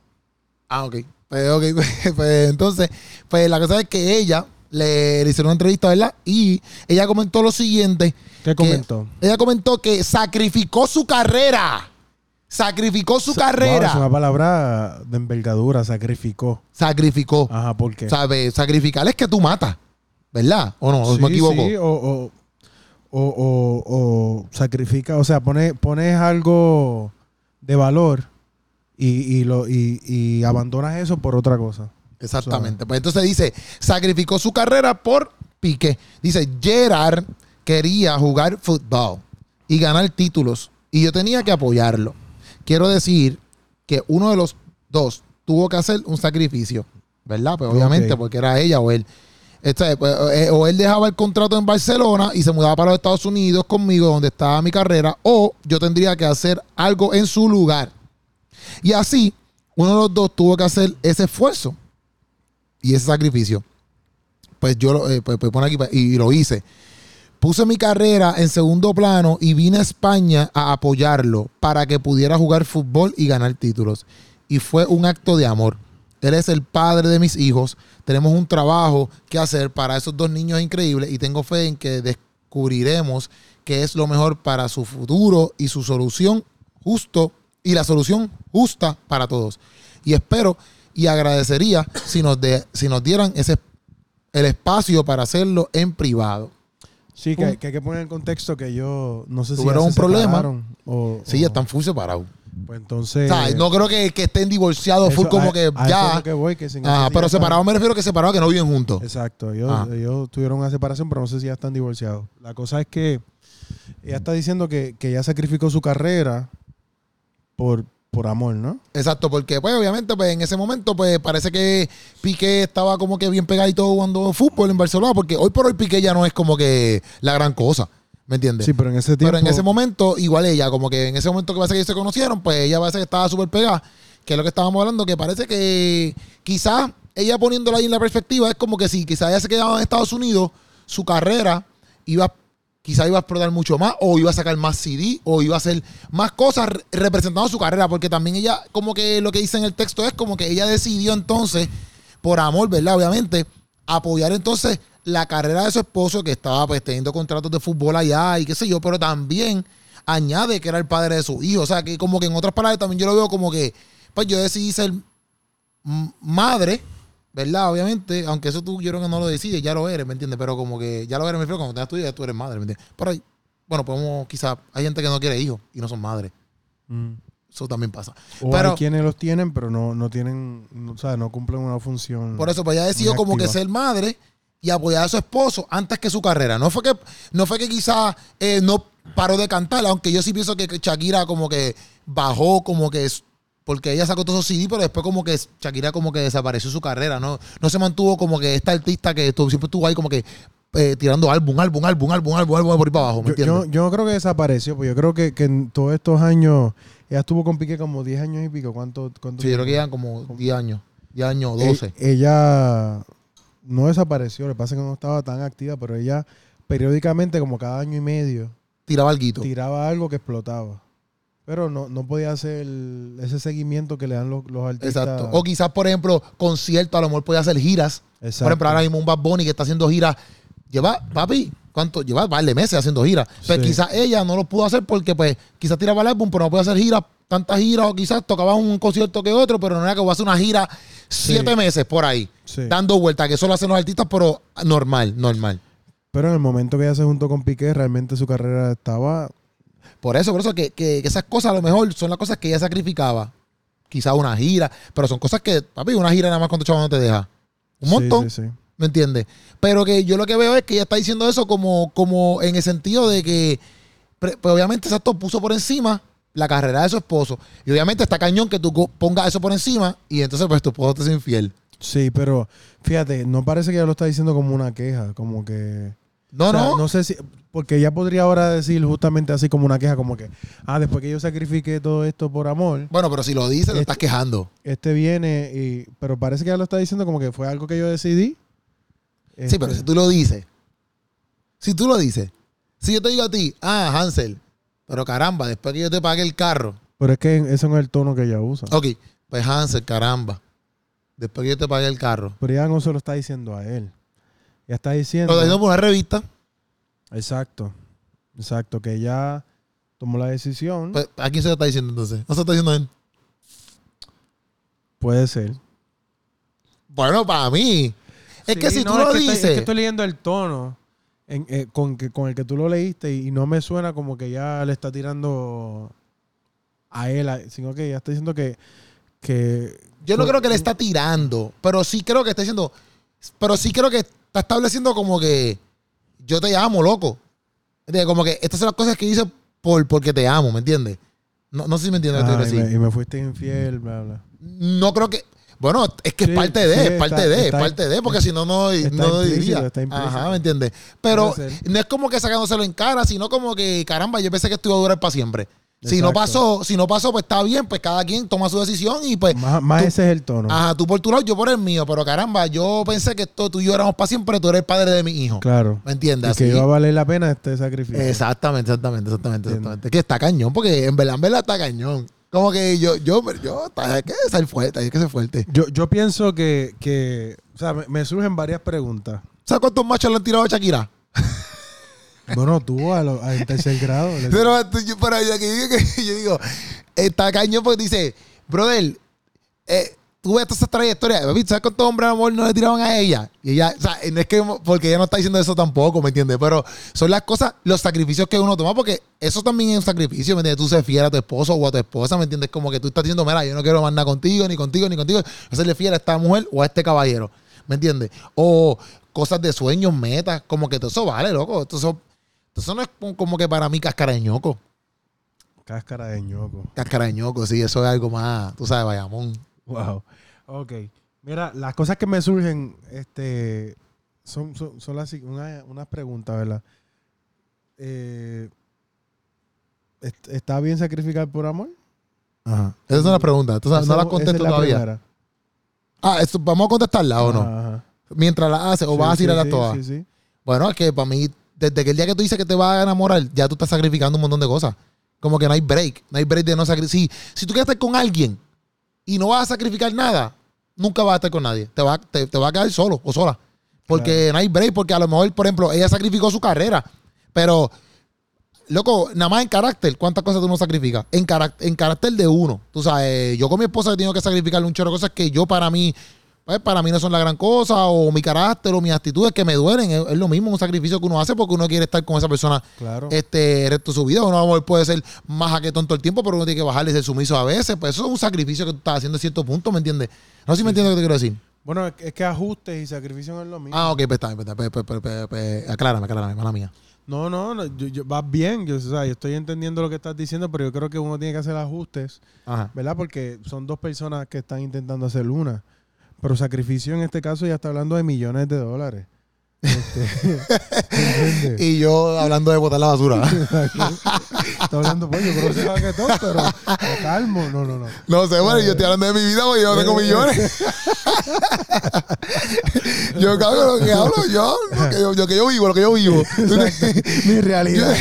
Speaker 1: Ah, ok. Pues, ok, pues, pues, entonces, pues la cosa es que ella le, le hicieron una entrevista, ¿verdad? Y ella comentó lo siguiente.
Speaker 2: ¿Qué comentó?
Speaker 1: Ella comentó que sacrificó su carrera. Sacrificó su
Speaker 2: Wow,
Speaker 1: carrera.
Speaker 2: es una palabra de envergadura, sacrificó.
Speaker 1: Sacrificó.
Speaker 2: Ajá, ¿por qué?
Speaker 1: ¿Sabes? Sacrificar es que tú matas, ¿verdad? ¿O no? ¿O
Speaker 2: Sí,
Speaker 1: me equivoco?
Speaker 2: sí, o, o, o, o- o sacrifica, o sea, pone- pones algo de valor y, y lo, y, y abandonas eso por otra cosa.
Speaker 1: Exactamente. Pues entonces dice, sacrificó su carrera por Piqué. Dice, Gerard quería jugar fútbol y ganar títulos y yo tenía que apoyarlo. Quiero decir que uno de los dos tuvo que hacer un sacrificio, ¿verdad? Pues obviamente,
Speaker 2: Ok.
Speaker 1: porque era ella o él. Este, pues, eh, o él dejaba el contrato en Barcelona y se mudaba para los Estados Unidos conmigo, donde estaba mi carrera, o yo tendría que hacer algo en su lugar. Y así, uno de los dos tuvo que hacer ese esfuerzo y ese sacrificio. Pues yo lo eh, pues, pues pone aquí pues, y, y lo hice. Puse mi carrera en segundo plano y vine a España a apoyarlo para que pudiera jugar fútbol y ganar títulos. Y fue un acto de amor. Él es el padre de mis hijos. Tenemos un trabajo que hacer para esos dos niños increíbles y tengo fe en que descubriremos que es lo mejor para su futuro y su solución justo y la solución justa para todos. Y espero y agradecería si nos, de- si nos dieran ese, el espacio para hacerlo en privado.
Speaker 2: Sí, que, que hay que poner en contexto que yo no sé si
Speaker 1: Tuvieron
Speaker 2: ya se
Speaker 1: un problema.
Speaker 2: separaron O,
Speaker 1: Sí,
Speaker 2: o-
Speaker 1: están full separados.
Speaker 2: Pues entonces.
Speaker 1: O sea, no creo que, que estén divorciados
Speaker 2: eso-
Speaker 1: full como
Speaker 2: a-
Speaker 1: que
Speaker 2: a eso es
Speaker 1: ya.
Speaker 2: lo que voy, que sin-
Speaker 1: Ah,
Speaker 2: si ya
Speaker 1: pero
Speaker 2: están-
Speaker 1: separados me refiero que separados que no viven juntos.
Speaker 2: Exacto, ellos,
Speaker 1: Ah.
Speaker 2: ellos tuvieron una separación, pero no sé si ya están divorciados. La cosa es que ella está diciendo que, que ella sacrificó su carrera por, por amor, ¿no?
Speaker 1: Exacto, porque pues obviamente pues en ese momento pues parece que Piqué estaba como que bien pegadito jugando fútbol en Barcelona, porque hoy por hoy Piqué ya no es como que la gran cosa, ¿me entiendes?
Speaker 2: Sí, pero en ese tiempo.
Speaker 1: Pero en ese momento, igual ella, como que en ese momento que parece que ellos se conocieron, pues ella parece que estaba súper pegada, que es lo que estábamos hablando, que parece que quizás ella poniéndola ahí en la perspectiva es como que si quizás ella se quedaba en Estados Unidos, su carrera iba quizás iba a explotar mucho más, o iba a sacar más CD, o iba a hacer más cosas re- representando su carrera, porque también ella, como que lo que dice en el texto es como que ella decidió entonces, por amor, ¿verdad? Obviamente, apoyar entonces la carrera de su esposo que estaba pues teniendo contratos de fútbol allá y qué sé yo, pero también añade que era el padre de su hijo, o sea, que como que en otras palabras también yo lo veo como que, pues yo decidí ser mm, madre, ¿verdad? Obviamente, aunque eso tú yo creo que no lo decides, ya lo eres, ¿me entiendes? Pero como que ya lo eres, me refiero, cuando tengas tu hija, tú eres madre, ¿me entiendes? Por ahí, bueno, podemos, quizás, hay gente que no quiere hijos y no son madres,
Speaker 2: Mm.
Speaker 1: eso también pasa.
Speaker 2: O
Speaker 1: Pero-
Speaker 2: hay quienes los tienen, pero no, no tienen. no- o sea, no cumplen una función.
Speaker 1: Por eso, pues ella decidió
Speaker 2: Muy
Speaker 1: como que
Speaker 2: activa.
Speaker 1: ser madre y apoyar a su esposo antes que su carrera. No fue que, no fue que quizás no paró de cantar, aunque yo sí pienso que que Shakira como que bajó, como que es- porque ella sacó todos esos CD, pero después como que Shakira como que desapareció su carrera, ¿no? No se mantuvo como que esta artista que estuvo- siempre estuvo ahí como que eh, tirando álbum, álbum, álbum, álbum, álbum, álbum por ir para abajo, ¿me
Speaker 2: Yo,
Speaker 1: entiendes?
Speaker 2: yo, yo no creo que desapareció, pues yo creo que, que en todos estos años. Ella estuvo con Piqué como 10 años y pico. ¿Cuánto? cuánto
Speaker 1: sí, yo creo que
Speaker 2: tiempo?
Speaker 1: llevan como 10 años, 10 años, 12.
Speaker 2: E- ella no desapareció, le pasa es que no estaba tan activa, pero ella periódicamente, como cada año y medio,
Speaker 1: tiraba algo.
Speaker 2: tiraba algo que explotaba. Pero no, no podía hacer ese seguimiento que le dan los, los artistas.
Speaker 1: Exacto. O quizás, por ejemplo, concierto, a lo mejor podía hacer giras.
Speaker 2: Exacto.
Speaker 1: Por ejemplo, ahora mismo un Bad Bunny que está haciendo giras. Lleva, papi, ¿cuánto? Lleva varios meses haciendo giras. Pues
Speaker 2: Sí.
Speaker 1: quizás ella no lo pudo hacer porque, pues, quizás tiraba el álbum, pero no podía hacer giras, tantas giras, o quizás tocaba un concierto que otro, pero no era que voy a hacer una gira siete meses por ahí,
Speaker 2: Sí.
Speaker 1: dando vueltas, que eso lo hacen los artistas, pero normal, normal.
Speaker 2: Pero en el momento que ella se juntó con Piqué, realmente su carrera estaba.
Speaker 1: Por eso, por eso que, que- que esas cosas a lo mejor son las cosas que ella sacrificaba. Quizás una gira, pero son cosas que, papi, una gira nada más cuando chaval no te deja. Un
Speaker 2: Sí,
Speaker 1: montón.
Speaker 2: sí, sí.
Speaker 1: ¿Me entiendes? Pero que yo lo que veo es que ella está diciendo eso como, como en el sentido de que, pre- pues obviamente, exacto, puso por encima la carrera de su esposo. Y obviamente está cañón que tú co- pongas eso por encima y entonces pues tu esposo te es infiel.
Speaker 2: Sí, pero fíjate, no parece que ella lo está diciendo como una queja, como que.
Speaker 1: No,
Speaker 2: O sea,
Speaker 1: no.
Speaker 2: No sé si. Porque ella podría ahora decir justamente así como una queja, como que, ah, después que yo sacrifiqué todo esto por amor,
Speaker 1: Bueno, pero si lo dices, te
Speaker 2: Este-
Speaker 1: estás quejando.
Speaker 2: este viene y. Pero parece que ella lo está diciendo como que fue algo que yo decidí. Este,
Speaker 1: Sí, pero si tú lo dices. Si tú lo dices. Si yo te digo a ti, ah, Hansel, pero caramba, después que yo te pague el carro.
Speaker 2: Pero es que ese no es el tono que ella usa.
Speaker 1: Ok, pues Hansel, caramba. Después que yo te pague el carro.
Speaker 2: Pero ella no se lo está diciendo a él. Ella está diciendo.
Speaker 1: Lo está diciendo por una revista.
Speaker 2: Exacto. Exacto. Que ella tomó la decisión.
Speaker 1: Pues, ¿A quién se lo está diciendo entonces? No se lo está diciendo a él.
Speaker 2: Puede ser.
Speaker 1: Bueno, para mí. Es que
Speaker 2: Sí,
Speaker 1: si
Speaker 2: no,
Speaker 1: tú
Speaker 2: es
Speaker 1: lo
Speaker 2: que estoy-
Speaker 1: dices.
Speaker 2: es que estoy leyendo el tono en- eh, con, que, con el que tú lo leíste y, y no me suena como que ya le está tirando a él, a- sino que ya está diciendo que. que
Speaker 1: yo no creo que le está tirando, pero sí creo que está diciendo. Pero sí creo que está estableciendo como que yo te amo, loco. ¿Entiendes? Como que estas son las cosas que dice por, porque te amo, ¿me entiendes? No, no sé si me entiendes lo que
Speaker 2: Ah,
Speaker 1: te
Speaker 2: y,
Speaker 1: quiero
Speaker 2: me,
Speaker 1: decir.
Speaker 2: y me fuiste infiel, bla, bla.
Speaker 1: No creo que. Bueno, es que
Speaker 2: Sí,
Speaker 1: es parte
Speaker 2: sí,
Speaker 1: de, es
Speaker 2: está-
Speaker 1: parte de, es
Speaker 2: está-
Speaker 1: parte de, porque si no, no,
Speaker 2: está
Speaker 1: no lo
Speaker 2: implícito,
Speaker 1: diría.
Speaker 2: está implícito.
Speaker 1: Ajá, ¿me entiendes? Pero
Speaker 2: Puede ser.
Speaker 1: no es como que sacándoselo en cara, sino como que, caramba, yo pensé que esto iba a durar para siempre. Si no
Speaker 2: Exacto.
Speaker 1: pasó, si no pasó, pues está bien, pues cada quien toma su decisión y pues
Speaker 2: Más, más
Speaker 1: tú- Ah,
Speaker 2: ese es el tono.
Speaker 1: Ajá, tú por tu lado, yo por el mío, pero caramba, yo pensé que esto, tú y yo éramos para siempre, tú eres el padre de mi hijo.
Speaker 2: Claro.
Speaker 1: ¿Me entiendes?
Speaker 2: Y que
Speaker 1: Así.
Speaker 2: iba a valer la pena este sacrificio.
Speaker 1: Exactamente, exactamente, exactamente,
Speaker 2: Entiendo.
Speaker 1: exactamente. Que está cañón, porque en verdad, en verdad está cañón. Como que yo, yo, yo, hay que ser fuerte, hay que ser fuerte.
Speaker 2: Yo, yo pienso que, que o sea, me, me surgen varias preguntas.
Speaker 1: ¿Sabes cuántos machos le han tirado a Shakira?
Speaker 2: Bueno, tú a lo- al tercer grado. le-
Speaker 1: Pero tú- yo, para allá que yo, digo que- yo digo, está cañón porque dice, brother, eh, tú ves todas esas trayectorias, papi, ¿tú ¿sabes cuántos hombres de amor no le tiraban a ella? Y ella, o sea, no es que, porque ella no está diciendo eso tampoco, ¿me entiendes? Pero son las cosas, los sacrificios que uno toma, porque eso también es un sacrificio, ¿me entiendes? Tú se fiel a tu esposo o a tu esposa, ¿me entiendes? Como que tú estás diciendo, mira, yo no quiero más nada contigo, ni contigo, ni contigo, hacerle fiel a esta mujer o a este caballero, ¿me entiendes? O cosas de sueños, metas, como que todo eso vale, loco, todo eso... Eso no es como- como que para mí cascara de ñoco.
Speaker 2: Cáscara de ñoco.
Speaker 1: Cascara de ñoco, sí, eso es algo más, tú sabes, Bayamón.
Speaker 2: Wow. Ok. Mira, las cosas que me surgen este, son, son, son las, si- una, unas preguntas, ¿verdad? Eh, ¿est- ¿Está bien sacrificar por amor?
Speaker 1: Ajá. Esa es una pregunta, tú sabes,
Speaker 2: Mm. Esa-
Speaker 1: no la
Speaker 2: esa
Speaker 1: contesto
Speaker 2: es la
Speaker 1: todavía.
Speaker 2: primera.
Speaker 1: Ah, esto, vamos a contestarla o no.
Speaker 2: Ajá, ajá.
Speaker 1: Mientras la haces o
Speaker 2: Sí,
Speaker 1: vas a
Speaker 2: sí,
Speaker 1: tirarla
Speaker 2: sí,
Speaker 1: todas.
Speaker 2: sí, sí.
Speaker 1: Bueno, es que para mí, desde que el día que tú dices que te vas a enamorar, ya tú estás sacrificando un montón de cosas. Como que no hay break, no hay break de no sacrificar. Si, si tú quieres estar con alguien y no vas a sacrificar nada, nunca vas a estar con nadie. Te va, te, te va a quedar solo o sola. Porque no hay break, porque a lo mejor, por ejemplo, ella sacrificó su carrera, pero, loco, nada más en carácter, ¿cuántas cosas tú no sacrificas? En, carac- en carácter de uno. Tú sabes, yo con mi esposa he tenido que sacrificarle un chorro de cosas que yo para mí, pues, para mí no son la gran cosa, o mi carácter, o mis actitudes que me duelen. Es, es lo mismo, un sacrificio que uno hace porque uno quiere estar con esa persona
Speaker 2: Claro.
Speaker 1: este el resto de su vida. Uno a lo mejor puede ser más jaquetón todo el tiempo, pero uno tiene que bajarle y ser sumiso a veces. Pues eso es un sacrificio que tú estás haciendo a cierto punto, ¿me entiendes? No sé si me entiendes lo que te quiero decir.
Speaker 2: Bueno, es que- es que ajustes y sacrificio no es lo mismo.
Speaker 1: Ah, ok, pues está, bien, pues, está bien, pues, pues, pues, pues, aclárame, aclárame, mala mía.
Speaker 2: No, no, no, yo- yo- vas bien. Yo, o sea, yo estoy entendiendo lo que estás diciendo, pero yo creo que uno tiene que hacer ajustes
Speaker 1: Ajá.
Speaker 2: ¿verdad? Porque son dos personas que están intentando hacer una. Pero sacrificio en este caso ya está hablando de millones de dólares. Este, ¿entiendes?
Speaker 1: Y yo hablando de botar la basura.
Speaker 2: está hablando, pues yo creo que se va a que todo, pero me calmo. No, no, Eh, no.
Speaker 1: No sé, bueno,
Speaker 2: Eh.
Speaker 1: yo estoy hablando de mi vida porque yo no tengo millones. yo cago en lo que hablo, yo, lo que yo, yo que yo vivo, lo que yo vivo. Tú no-
Speaker 2: Mi realidad.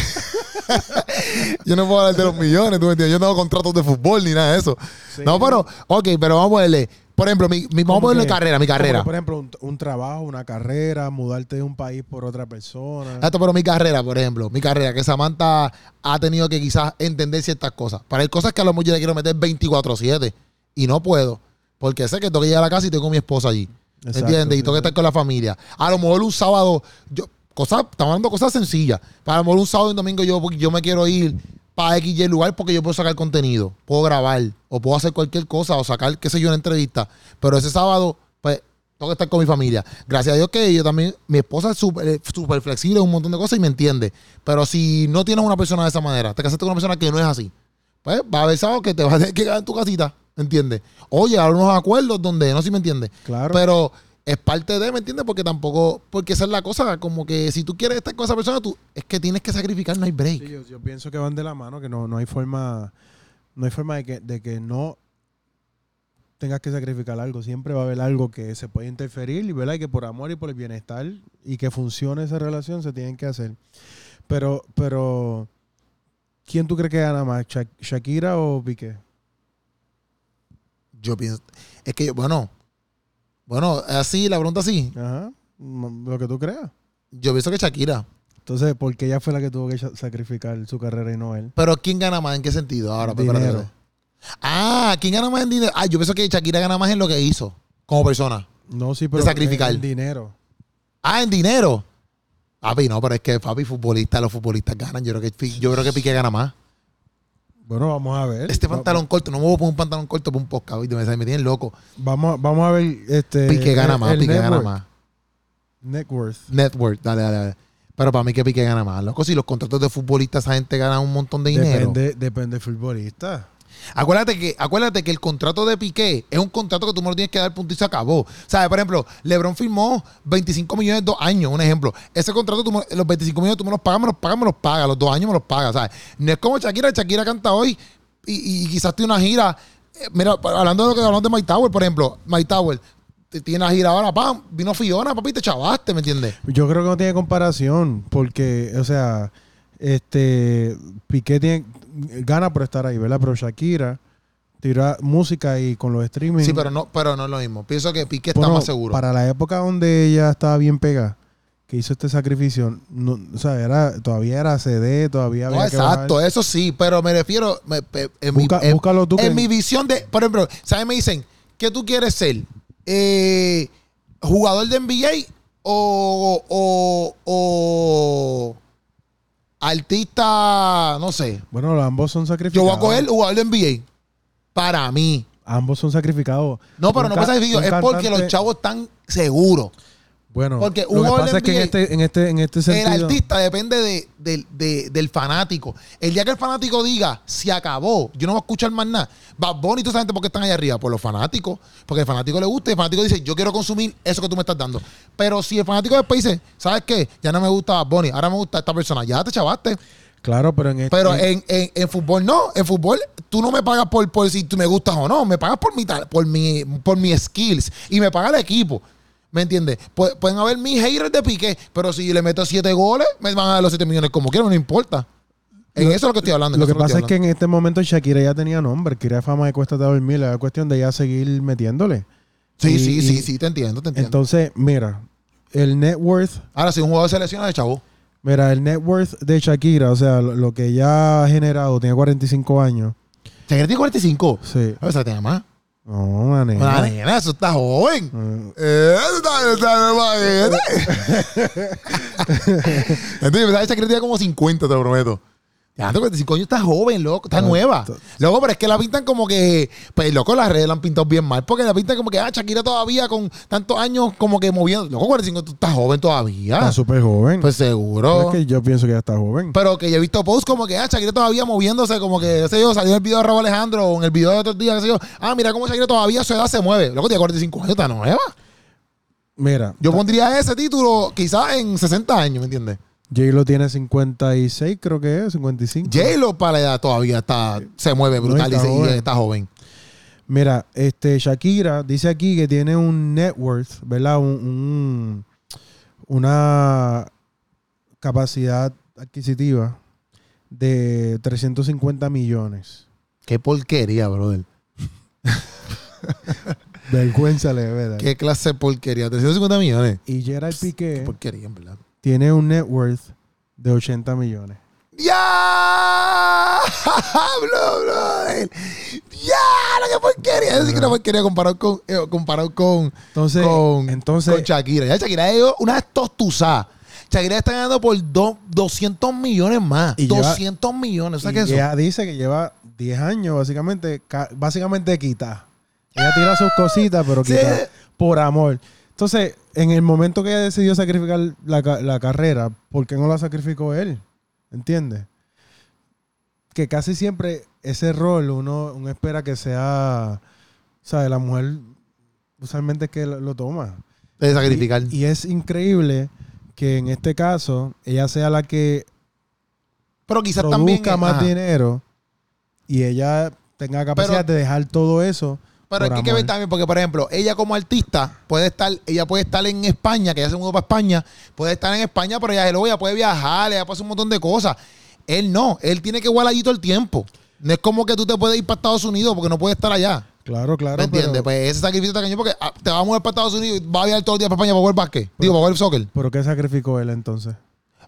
Speaker 1: yo no puedo hablar de los millones, tú me entiendes. Yo no hago contratos de fútbol ni nada de eso.
Speaker 2: Sí.
Speaker 1: No, pero, ok, pero vamos a ponerle. Por ejemplo, mi, mi- vamos a
Speaker 2: Como
Speaker 1: ponerle
Speaker 2: que-
Speaker 1: carrera, mi
Speaker 2: como que,
Speaker 1: carrera.
Speaker 2: Por ejemplo, un, un trabajo, una carrera, mudarte de un país por otra persona.
Speaker 1: Exacto, pero mi carrera, por ejemplo, mi carrera, que Samantha ha tenido que quizás entender ciertas cosas. Para hay cosas que a lo mejor yo le quiero meter 24-7 y no puedo, porque sé que tengo que llegar a la casa y tengo mi esposa allí. ¿Me
Speaker 2: Exacto,
Speaker 1: ¿Entiendes? Y
Speaker 2: sí,
Speaker 1: tengo que
Speaker 2: sí.
Speaker 1: estar con la familia. A lo mejor un sábado, yo, cosas, estamos hablando de cosas sencillas. Para a lo mejor un sábado y un domingo yo, yo me quiero ir para X y lugar porque yo puedo sacar contenido, puedo grabar, o puedo hacer cualquier cosa, o sacar, qué sé yo, una entrevista. Pero ese sábado, pues, tengo que estar con mi familia. Gracias a Dios que yo también, mi esposa es súper eh, súper flexible en un montón de cosas y me entiende. Pero si no tienes una persona de esa manera, te casaste con una persona que no es así, pues va a haber sábado que te vas a tener que quedar en tu casita, ¿entiendes? O llegar a unos acuerdos donde, no sé si me entiendes.
Speaker 2: Claro.
Speaker 1: Pero es parte de, ¿me entiendes? Porque tampoco, porque esa es la cosa, como que si tú quieres estar con esa persona, tú es que tienes que sacrificar, no hay break.
Speaker 2: Sí, yo, yo pienso que van de la mano, que no, no hay forma, no hay forma de que, de que no tengas que sacrificar algo. Siempre va a haber algo que se puede interferir y, ¿verdad? y que por amor y por el bienestar y que funcione esa relación se tienen que hacer. Pero, pero, ¿quién tú crees que gana más? Sha- ¿Shakira o Piqué?
Speaker 1: Yo pienso, es que yo, bueno, bueno, así, la pregunta así,
Speaker 2: Ajá. m- Lo que tú creas.
Speaker 1: yo pienso que Shakira,
Speaker 2: Entonces, ¿por qué ella fue la que tuvo que sa- sacrificar su carrera y no él?
Speaker 1: pero ¿quién gana más? ¿En qué sentido? Ahora, pues,
Speaker 2: Dinero.
Speaker 1: espérate. Ah, ¿quién gana más en dinero? Ah, yo pienso que Shakira gana más en lo que hizo como persona.
Speaker 2: No, sí, pero
Speaker 1: sacrificar.
Speaker 2: el dinero.
Speaker 1: Ah, en dinero. Papi, no, pero es que papi, futbolista, los futbolistas ganan. Yo creo que, Pi- yo creo que Piqué gana más.
Speaker 2: Bueno, vamos a ver.
Speaker 1: Este
Speaker 2: Va-
Speaker 1: pantalón corto, no me voy a poner un pantalón corto por un podcast, ¿viste? me me tienen loco.
Speaker 2: Vamos, vamos a ver este.
Speaker 1: Piqué gana más,
Speaker 2: el
Speaker 1: Piqué gana
Speaker 2: network.
Speaker 1: más.
Speaker 2: Net worth.
Speaker 1: Network, dale, dale, dale. Pero para mí que Piqué gana más, loco. Si los contratos de futbolistas, esa gente gana un montón de dinero.
Speaker 2: Depende, depende del futbolista.
Speaker 1: Acuérdate que, acuérdate que el contrato de Piqué es un contrato que tú no lo tienes que dar punto y se acabó. ¿Sabes? Por ejemplo, LeBron firmó 25 millones dos años, un ejemplo. Ese contrato, tú me- los 25 millones tú me los pagas, me los pagas, me los pagas. Los dos años me los pagas, ¿sabes? No es como Shakira. Shakira canta hoy y, y quizás tiene una gira. Eh, Mira, hablando de lo que hablamos de Mike Tower, por ejemplo. Mike Tower t- tiene la gira ahora, pam, vino Fiona, papi, te chavaste, ¿me entiendes?
Speaker 2: Yo creo que no tiene comparación porque, o sea, este Piqué tiene, gana por estar ahí, ¿verdad? Pero Shakira tira música y con los streaming.
Speaker 1: Sí, pero no, pero no es lo mismo. Pienso que Piqué está
Speaker 2: bueno,
Speaker 1: más seguro.
Speaker 2: Para la época donde ella estaba bien pegada, que hizo este sacrificio, no, o sea, era, todavía era CD, todavía había
Speaker 1: No,
Speaker 2: que bajar.
Speaker 1: exacto, eh. eso sí, pero me refiero me- pe- en,
Speaker 2: Busca-
Speaker 1: mi, en-
Speaker 2: búscalo tú
Speaker 1: en
Speaker 2: que-
Speaker 1: mi visión de, por ejemplo, ¿sabes? Me dicen, ¿qué tú quieres ser? Eh, ¿Jugador de NBA o, o, o artista, no sé?
Speaker 2: Bueno, los- ambos son
Speaker 1: Yo
Speaker 2: sacrificados.
Speaker 1: voy a coger jugador de NBA para mí.
Speaker 2: Ambos son sacrificados.
Speaker 1: No, pero
Speaker 2: Un
Speaker 1: no
Speaker 2: ca-
Speaker 1: pasa el video,
Speaker 2: un
Speaker 1: es porque
Speaker 2: cantante-
Speaker 1: los chavos están seguros.
Speaker 2: Bueno,
Speaker 1: porque un
Speaker 2: lo que
Speaker 1: gol
Speaker 2: pasa es que en
Speaker 1: NBA
Speaker 2: este, en este, en este
Speaker 1: El
Speaker 2: sentido.
Speaker 1: artista depende de- del- de- del fanático. El día que el fanático diga, se acabó, yo no voy a escuchar más nada. Bad Bunny y toda esa gente, ¿por qué están allá arriba? Por los fanáticos. Porque el fanático le gusta y el fanático dice, yo quiero consumir eso que tú me estás dando. Pero si el fanático después dice, ¿sabes qué? Ya no me gusta Bad Bunny, ahora me gusta esta persona, ya te chavaste.
Speaker 2: Claro, pero en este.
Speaker 1: Pero eh, en, en- en fútbol no, en fútbol tú no me pagas por, por si tú me gustas o no, me pagas por mi, tal- por mi, por mis skills y me paga el equipo. ¿Me entiendes? Pu- pueden haber mis haters de pique, pero si le meto siete goles, me van a dar los siete millones como quiero, no importa. En eso es lo que estoy hablando. en
Speaker 2: Lo
Speaker 1: eso
Speaker 2: que
Speaker 1: es
Speaker 2: pasa
Speaker 1: estoy
Speaker 2: es que en este momento Shakira ya tenía nombre, quería fama de cuesta de dormir, era cuestión de ya seguir metiéndole.
Speaker 1: hablando. Sí,
Speaker 2: y-
Speaker 1: sí,
Speaker 2: y-
Speaker 1: sí, sí, te entiendo, te entiendo.
Speaker 2: Entonces, mira, el net worth,
Speaker 1: Ahora, si un jugador se lesiona, de chavo.
Speaker 2: mira, el net worth de Shakira, o sea, lo, lo que ya ha generado, tiene 45 años.
Speaker 1: ¿Se tiene 45?
Speaker 2: Sí.
Speaker 1: A ver, se tiene más.
Speaker 2: No, una nena.
Speaker 1: Una nena, eso está joven.
Speaker 2: Mm,
Speaker 1: Eh, Eso está, eso está Entonces, ¿verdad? Esa crítica como 50, te lo prometo. Ya, 45 años está joven, loco, está
Speaker 2: Está-
Speaker 1: nueva.
Speaker 2: está-
Speaker 1: Loco, pero es que la pintan como que. Pues, loco, las redes la han pintado bien mal. Porque la pintan como que, ah, Shakira todavía con tantos años como que moviendo. Loco, 45, tú estás joven todavía.
Speaker 2: Está súper joven.
Speaker 1: Pues seguro.
Speaker 2: Pero es que yo pienso que ya está joven.
Speaker 1: Pero que yo he visto posts como que, ah, Shakira todavía moviéndose, como que, qué sé yo, salió en el video de Robo Alejandro o en el video de otro día, qué sé yo. Ah, mira cómo Shakira todavía a su edad se mueve. Loco, tiene 45 años, está nueva.
Speaker 2: Mira,
Speaker 1: Yo pondría ese título quizás en 60 años, ¿me entiendes?
Speaker 2: Jay lo tiene 56, creo que es, 55.
Speaker 1: J-Lo para la edad todavía está, se mueve
Speaker 2: No,
Speaker 1: brutal
Speaker 2: está
Speaker 1: y, se- y
Speaker 2: joven.
Speaker 1: está joven.
Speaker 2: Mira, este Shakira dice aquí que tiene un net worth, ¿verdad? Un, un- una capacidad adquisitiva de 350 millones.
Speaker 1: Qué porquería, brother.
Speaker 2: Vergüenza le debe dar.
Speaker 1: Qué clase de porquería. 350 millones.
Speaker 2: Y Gerard
Speaker 1: Qué
Speaker 2: Piqué
Speaker 1: porquería, en verdad.
Speaker 2: tiene un net worth de 80 millones.
Speaker 1: ¡Diablo, brother! ¡Diablo, qué porquería! Eso sí que es una porquería comparado con, eh, comparado con,
Speaker 2: Entonces,
Speaker 1: con,
Speaker 2: entonces
Speaker 1: con Shakira. Ya Shakira es una tostuzada. Shakira está ganando por do- 200 millones más.
Speaker 2: Y lleva-
Speaker 1: 200 millones. O sea
Speaker 2: y
Speaker 1: que eso.
Speaker 2: ella dice que lleva 10 años básicamente, ca- básicamente quita. Ella tira sus cositas, pero
Speaker 1: Sí.
Speaker 2: quita por amor. Entonces, en el momento que ella decidió sacrificar la, ca- la carrera, ¿por qué no la sacrificó él? ¿Entiendes? Que casi siempre ese rol uno, uno espera que sea, ¿sabes? La mujer usualmente es que lo, lo toma.
Speaker 1: de sacrificar.
Speaker 2: Y, y es increíble que en este caso ella sea la que
Speaker 1: pero quizás también.
Speaker 2: produzca más
Speaker 1: ajá.
Speaker 2: dinero y ella tenga capacidad de dejar todo eso.
Speaker 1: Pero
Speaker 2: por
Speaker 1: hay que ver
Speaker 2: amor.
Speaker 1: también, porque por ejemplo, ella como artista puede estar, ella puede estar en España, que ella se mudó para España, puede estar en España, pero ella, hello, ella puede viajar, ella puede hacer un montón de cosas. Él no, él tiene que igual allí todo el tiempo. No es como que tú te puedes ir para Estados Unidos porque no puedes estar allá.
Speaker 2: Claro, claro.
Speaker 1: ¿Me entiendes?
Speaker 2: Pero,
Speaker 1: Pues ese sacrificio está cañón porque ah, te vas a mudar para Estados Unidos y vas a viajar todo el día para España para jugar básquet. Digo, para jugar soccer.
Speaker 2: ¿pero qué sacrificó él entonces?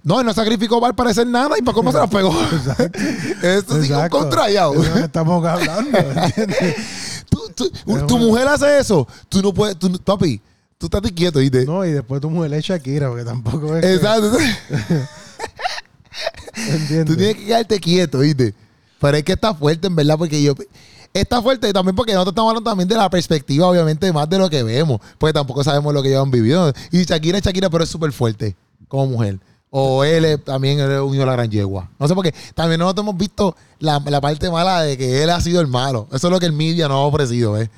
Speaker 1: No, él no sacrificó para parecer nada y para cómo se la pegó. Esto sí que es un
Speaker 2: Exacto.
Speaker 1: contrallado.
Speaker 2: Eso es lo que estamos hablando. ¿entiendes?
Speaker 1: Tú- tú-
Speaker 2: Es
Speaker 1: tu
Speaker 2: una-
Speaker 1: mujer hace eso, tú no puedes, tú, no- papi, tú estás quieto y te...
Speaker 2: no, y después tu mujer es Shakira, porque tampoco es. que-
Speaker 1: Exacto.
Speaker 2: ¿entiendes?
Speaker 1: Tú tienes que quedarte quieto, ¿viste? Pero es que está fuerte, en verdad, porque yo. Está fuerte y también porque nosotros estamos hablando también de la perspectiva, obviamente, más de lo que vemos. Porque tampoco sabemos lo que ellos han vivido. Y Shakira es Shakira, pero es súper fuerte como mujer. O él es- también él es unió a la gran yegua. No sé por qué. También nosotros hemos visto la, la parte mala de que él ha sido el malo. Eso es lo que el media nos ha ofrecido, ¿eh?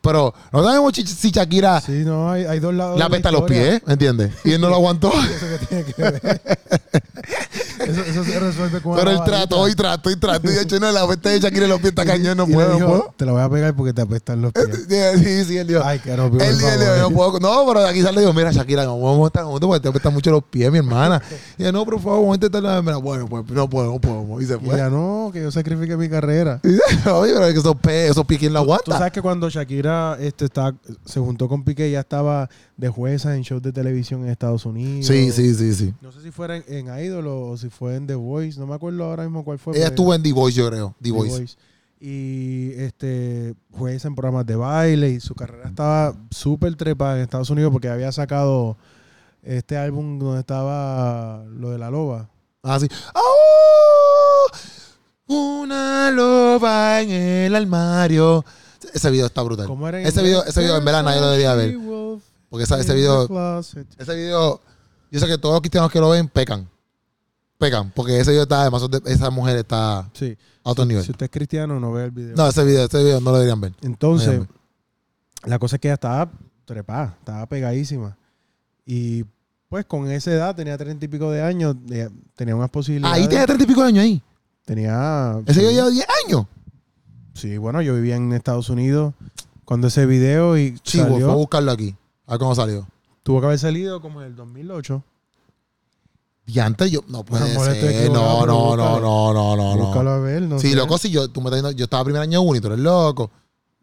Speaker 1: Pero no sabemos chi- si Shakira
Speaker 2: Sí, no, hay, hay dos lados.
Speaker 1: le
Speaker 2: de la
Speaker 1: apesta los
Speaker 2: historia.
Speaker 1: pies, ¿me entiendes? Y él no lo aguantó.
Speaker 2: Eso que tiene que ver. Eso, eso se resuelve con una
Speaker 1: Pero él
Speaker 2: varita.
Speaker 1: trató y trató y trató. Y de hecho, no, la peste de Shakira en los pies está cañón, no
Speaker 2: Y le
Speaker 1: puedo, pues. no
Speaker 2: dijo,
Speaker 1: puedo.
Speaker 2: Te la voy a pegar porque te apestan los pies.
Speaker 1: Sí, sí, él dijo.
Speaker 2: Ay, que no, por
Speaker 1: él dijo,
Speaker 2: favor.
Speaker 1: no puedo. No, pero quizás le digo, mira, Shakira, no podemos estar juntos porque te apestan mucho los pies, mi hermana. Y ella, no, por favor, vamos a intentarlo. Mira, Bueno, pues no puedo, no puedo. Y se
Speaker 2: Y
Speaker 1: fue.
Speaker 2: ella, no, que yo sacrifique mi carrera.
Speaker 1: Y dice, Oye, pero es que esos pies, esos pies, ¿quién lo
Speaker 2: Tú
Speaker 1: aguanta?
Speaker 2: sabes que cuando Shakira Shakira este, está, se juntó con Piqué, ya estaba de jueza en shows de televisión en Estados Unidos.
Speaker 1: Sí, sí, sí, sí.
Speaker 2: No sé si fuera en, en Idol o si fue en The Voice, no me acuerdo ahora mismo cuál fue.
Speaker 1: Ella
Speaker 2: pero-
Speaker 1: estuvo en The Voice, yo creo. The
Speaker 2: The
Speaker 1: Voice.
Speaker 2: Voice. Y este jueza en programas de baile y su carrera estaba súper trepada en Estados Unidos porque había sacado este álbum donde estaba lo de la loba.
Speaker 1: Ah, sí. ¡Oh! Una loba en el armario. Ese video está brutal.
Speaker 2: ¿Cómo era en
Speaker 1: Ese
Speaker 2: inglés?
Speaker 1: video, ese video en verano yo lo debería ver.
Speaker 2: Wolf
Speaker 1: Porque ¿sabes? ese
Speaker 2: in the
Speaker 1: video,
Speaker 2: closet.
Speaker 1: ese video, yo sé que todos los cristianos que lo ven pecan. Pecan. Porque ese video está, además, son de- esa mujer está a
Speaker 2: Sí.
Speaker 1: otro nivel.
Speaker 2: Si usted es cristiano, no ve el video.
Speaker 1: No, ese video, ese video no lo deberían ver.
Speaker 2: Entonces,
Speaker 1: Miami.
Speaker 2: la cosa es que ella estaba trepada, estaba pegadísima. Y pues con esa edad, tenía treinta y pico de años, eh, tenía unas posibilidades.
Speaker 1: Ahí tenía treinta y pico de años ahí.
Speaker 2: tenía
Speaker 1: Ese
Speaker 2: sí,
Speaker 1: video lleva 10 años.
Speaker 2: Sí, bueno, yo vivía en Estados Unidos cuando ese video y
Speaker 1: Chivo, voy
Speaker 2: salió,
Speaker 1: a buscarlo aquí. A ver cómo salió.
Speaker 2: tuvo que haber salido como en el 2008.
Speaker 1: Y antes yo, no puede
Speaker 2: Bueno, a lo mejor estoy
Speaker 1: ser.
Speaker 2: equivocado,
Speaker 1: No,
Speaker 2: pero
Speaker 1: no, no,
Speaker 2: búscalo.
Speaker 1: no, no, no, no.
Speaker 2: Búscalo a ver, no
Speaker 1: sí,
Speaker 2: sé.
Speaker 1: loco, si yo, tú me estás diciendo, yo estaba primer año uno y tú eres loco.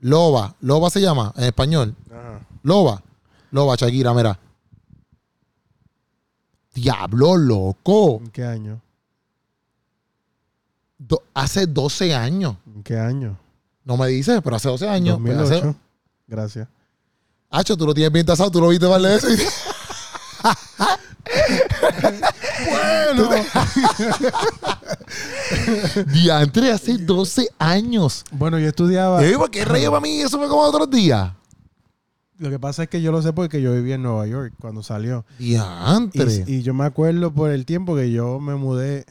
Speaker 1: Loba, Loba se llama en español.
Speaker 2: Ajá.
Speaker 1: Loba, Loba, Shakira, mira. Diablo, loco.
Speaker 2: ¿En qué año?
Speaker 1: Do- hace 12 años.
Speaker 2: ¿En qué año?
Speaker 1: No me dices, pero hace 12 años. pues,
Speaker 2: 2008.
Speaker 1: hace-
Speaker 2: Gracias.
Speaker 1: Hacho, tú lo tienes bien tasado, tú lo viste mal de veces.
Speaker 2: Bueno,
Speaker 1: Diantre, hace 12 años.
Speaker 2: bueno, yo estudiaba.
Speaker 1: Eh, ¿Por qué rey para mí? Eso fue como otros días.
Speaker 2: Lo que pasa es que yo lo sé porque yo vivía en Nueva York cuando salió. Y,
Speaker 1: Diantre.
Speaker 2: y yo me acuerdo por el tiempo que yo me mudé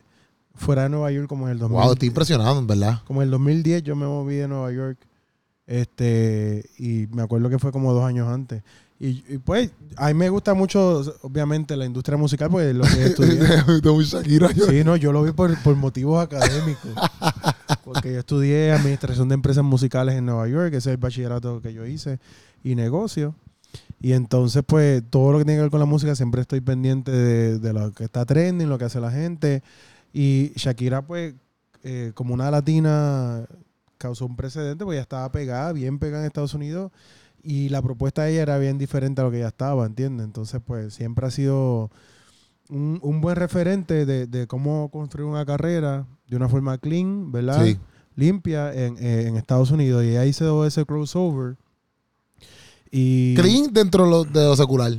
Speaker 2: fuera de Nueva York como en el 2000.
Speaker 1: Wow, estoy impresionado, en verdad.
Speaker 2: como en el 2010 yo me moví de Nueva York. Este, y me acuerdo que fue como dos años antes. Y, y, pues, a mí me gusta mucho, obviamente, la industria musical, porque lo que estudié.
Speaker 1: De un Shakira, yo-
Speaker 2: Sí, no, yo lo vi por, por motivos académicos. Porque yo estudié administración de empresas musicales en Nueva York, ese es el bachillerato que yo hice, y negocio. Y entonces, pues, todo lo que tiene que ver con la música, siempre estoy pendiente de, de lo que está trending, lo que hace la gente. Y Shakira, pues, eh, como una latina, causó un precedente, porque ya estaba pegada, bien pegada en Estados Unidos. Y la propuesta de ella era bien diferente a lo que ya estaba, ¿entiendes? Entonces, pues, siempre ha sido un, un buen referente de, de cómo construir una carrera de una forma clean, ¿verdad?
Speaker 1: Sí.
Speaker 2: Limpia en, eh, en Estados Unidos. Y ahí se dio ese crossover. Y,
Speaker 1: Clean dentro lo- de lo secular.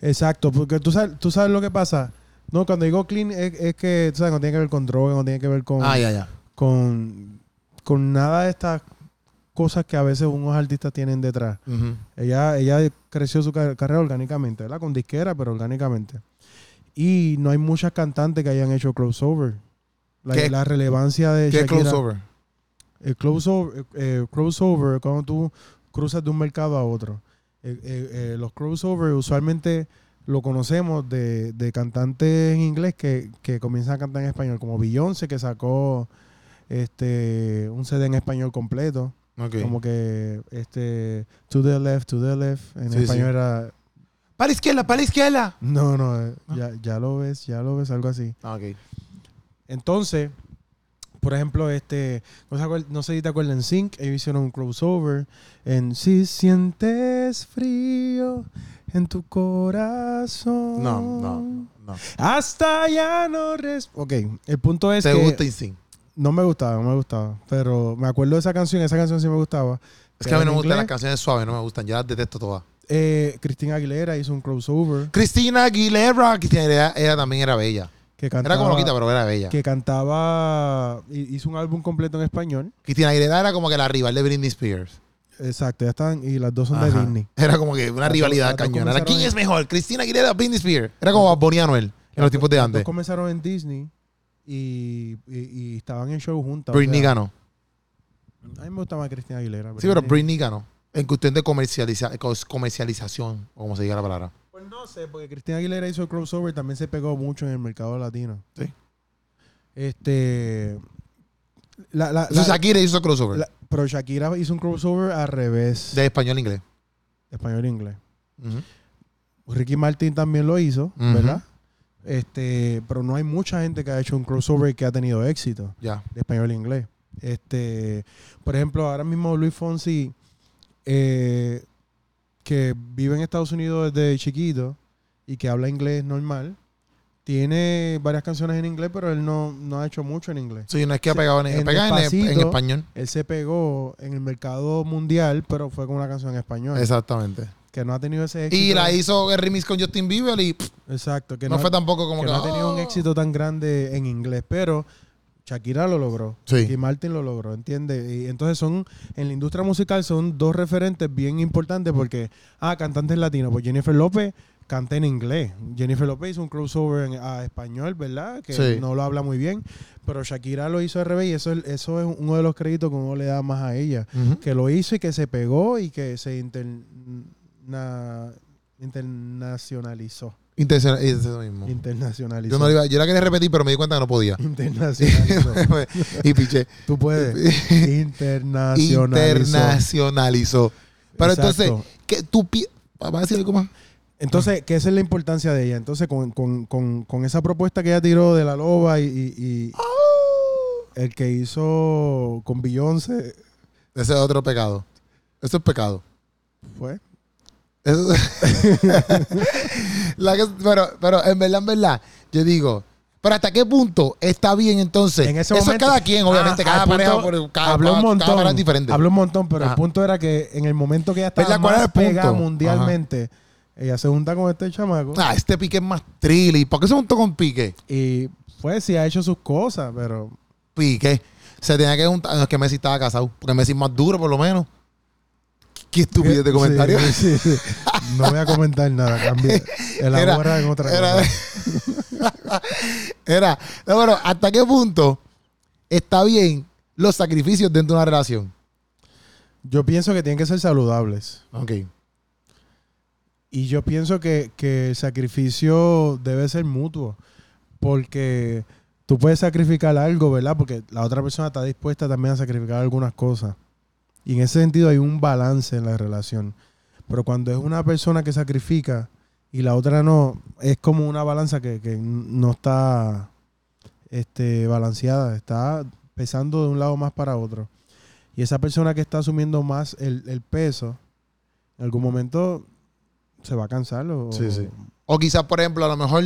Speaker 2: Exacto, porque tú sabes, tú sabes lo que pasa. No, cuando digo clean es, es que, tú sabes, no tiene que ver con droga, no tiene que ver con,
Speaker 1: Ah, ya, ya.
Speaker 2: con, con nada de estas cosas que a veces unos artistas tienen detrás.
Speaker 1: Ujú.
Speaker 2: Ella, ella creció su car- carrera orgánicamente, ¿verdad? Con disquera, pero orgánicamente. Y no hay muchas cantantes que hayan hecho crossover. La,
Speaker 1: ¿Qué-
Speaker 2: la relevancia de
Speaker 1: ¿Qué es
Speaker 2: Shakira-
Speaker 1: crossover?
Speaker 2: El crossover, eh, crossover es cuando tú cruzas de un mercado a otro. Eh, eh, eh, los crossovers usualmente lo conocemos de, de cantantes en inglés que, que comienzan a cantar en español, como Beyoncé que sacó este un CD en español completo
Speaker 1: Ok.
Speaker 2: como que este to the left to the left en
Speaker 1: Sí, sí.
Speaker 2: español era
Speaker 1: Para la izquierda, para la izquierda.
Speaker 2: no no eh,
Speaker 1: Ah.
Speaker 2: ya, ya lo ves ya lo ves algo así
Speaker 1: Ah, ok.
Speaker 2: entonces por ejemplo este no, se acuer- no sé si te acuerdas en Sync ellos hicieron un crossover en si sientes frío en tu corazón
Speaker 1: No, no, no.
Speaker 2: hasta ya no res ok el punto es
Speaker 1: ¿Te
Speaker 2: que
Speaker 1: gusta Insync?
Speaker 2: no me gustaba no me gustaba pero me acuerdo de esa canción esa canción sí me gustaba
Speaker 1: Es que a mí no me
Speaker 2: En
Speaker 1: gustan las
Speaker 2: inglés.
Speaker 1: canciones suaves, no me gustan. Yo las detesto todas.
Speaker 2: eh, Cristina Aguilera hizo un crossover
Speaker 1: Cristina Aguilera, Cristina Aguilera, ella también era bella.
Speaker 2: que
Speaker 1: Era
Speaker 2: cantaba,
Speaker 1: como loquita, pero era bella.
Speaker 2: que cantaba hi- hizo un álbum completo en español
Speaker 1: Cristina Aguilera era como que la rival de Britney Spears.
Speaker 2: exacto ya están y las dos son de
Speaker 1: Ajá.
Speaker 2: Disney
Speaker 1: Era como que una
Speaker 2: Las dos-
Speaker 1: rivalidad
Speaker 2: las dos
Speaker 1: cañona. Era,
Speaker 2: comenzaron
Speaker 1: ¿Quién
Speaker 2: en-
Speaker 1: es mejor? ¿Cristina Aguilera o Britney Spears? Era como Boniano él, en los tiempos de
Speaker 2: Las
Speaker 1: antes.
Speaker 2: dos comenzaron en Disney y, y- y estaban en show juntas o
Speaker 1: Britney
Speaker 2: sea,
Speaker 1: ganó.
Speaker 2: a mí me gusta más Cristina Aguilera eh,
Speaker 1: Sí, pero Britney ganó. En cuestión de comercializa- cos- comercialización, o como se diga la palabra.
Speaker 2: pues no sé porque Cristina Aguilera hizo el crossover también se pegó mucho en el mercado latino
Speaker 1: Sí.
Speaker 2: este la, la-
Speaker 1: Entonces
Speaker 2: la-
Speaker 1: Shakira hizo crossover.
Speaker 2: la- pero Shakira hizo un crossover al revés
Speaker 1: de español a inglés.
Speaker 2: español e inglés
Speaker 1: Ujú.
Speaker 2: Ricky Martin también lo hizo,
Speaker 1: Ujú.
Speaker 2: ¿verdad? Este, pero no hay mucha gente que ha hecho un crossover que ha tenido éxito
Speaker 1: Ya.
Speaker 2: e de español a inglés. Este, por ejemplo, ahora mismo Luis Fonsi eh, que vive en Estados Unidos desde chiquito y que habla inglés normal. Tiene varias canciones en inglés, pero él no, no ha hecho mucho en inglés.
Speaker 1: Sí, no es que ha pegado en,
Speaker 2: En
Speaker 1: pega en-
Speaker 2: Despacito.
Speaker 1: en español.
Speaker 2: Él se pegó en el mercado mundial, pero fue con una canción en español.
Speaker 1: Exactamente.
Speaker 2: Que no ha tenido ese éxito.
Speaker 1: Y la hizo el remix con Justin Bieber y pff,
Speaker 2: Exacto. Que
Speaker 1: no,
Speaker 2: no,
Speaker 1: fue tampoco como
Speaker 2: que
Speaker 1: que.
Speaker 2: no ha tenido un
Speaker 1: "Oh".
Speaker 2: éxito tan grande en inglés, pero Shakira lo logró.
Speaker 1: Sí.
Speaker 2: Y Martin lo logró, ¿entiendes? Y entonces son, en la industria musical son dos referentes bien importantes porque, ah, cantantes latinos, pues Jennifer López canta en inglés. Jennifer López hizo un crossover en- a español, ¿verdad? Que
Speaker 1: Sí.
Speaker 2: no lo habla muy bien, pero Shakira lo hizo al revés y eso, es- eso es uno de los créditos que uno le da más a ella.
Speaker 1: Ujú.
Speaker 2: Que lo hizo y que se pegó y que se interna- internacionalizó.
Speaker 1: Intencional- es eso mismo.
Speaker 2: Internacionalizó.
Speaker 1: Yo, no lo iba- yo la quería repetir, pero me di cuenta que no podía.
Speaker 2: Internacionalizó.
Speaker 1: y piché.
Speaker 2: Tú puedes. Internacionalizó.
Speaker 1: Internacionalizó. Pero entonces,
Speaker 2: Exacto.
Speaker 1: ¿qué tú pi- ¿Vas a decir algo más?
Speaker 2: Entonces, que esa es la importancia de ella. Entonces, con, con- con- con esa propuesta que ella tiró de la loba y, y- y el que hizo con Beyoncé,
Speaker 1: Ese es otro pecado. Eso es pecado.
Speaker 2: fue.
Speaker 1: Eso- La que- pero, pero en verdad, en verdad, yo digo, pero hasta qué punto está bien entonces.
Speaker 2: En ese
Speaker 1: Eso
Speaker 2: momento-
Speaker 1: es cada quien, obviamente,
Speaker 2: Ah,
Speaker 1: cada
Speaker 2: al punto-
Speaker 1: pareja, por- cada,
Speaker 2: habló un
Speaker 1: cada-
Speaker 2: montón.
Speaker 1: cada pareja es diferente.
Speaker 2: Habló un montón, pero
Speaker 1: Ajá.
Speaker 2: el punto era que en el momento que ella estaba
Speaker 1: ¿Verdad? ¿Cuál era
Speaker 2: más
Speaker 1: el punto?
Speaker 2: pegada
Speaker 1: Ajá.
Speaker 2: mundialmente, ella se junta con este chamaco
Speaker 1: Ah, este pique es más trilly. ¿Por qué se juntó con pique?
Speaker 2: y pues sí ha hecho sus cosas, pero
Speaker 1: Pique. Se tenía que juntar. No, es que Messi estaba casado. Porque Messi es más duro, por lo menos. Qué estupidez de
Speaker 2: Sí,
Speaker 1: comentario.
Speaker 2: sí, sí. No voy a comentar nada, cambia. Elabora en otra
Speaker 1: era,
Speaker 2: cosa.
Speaker 1: era, no, pero ¿hasta qué punto está bien los sacrificios dentro de una relación?
Speaker 2: Yo pienso que tienen que ser saludables.
Speaker 1: Ok.
Speaker 2: Y yo pienso que, que el sacrificio debe ser mutuo. Porque tú puedes sacrificar algo, ¿verdad? Porque la otra persona está dispuesta también a sacrificar algunas cosas. Y en ese sentido hay un balance en la relación. Pero cuando es una persona que sacrifica y la otra no, es como una balanza que, que no está este, balanceada. Está pesando de un lado más para otro. Y esa persona que está asumiendo más el, el peso, en algún momento se va a cansar. O,
Speaker 1: Sí, sí. O quizás, por ejemplo, a lo mejor,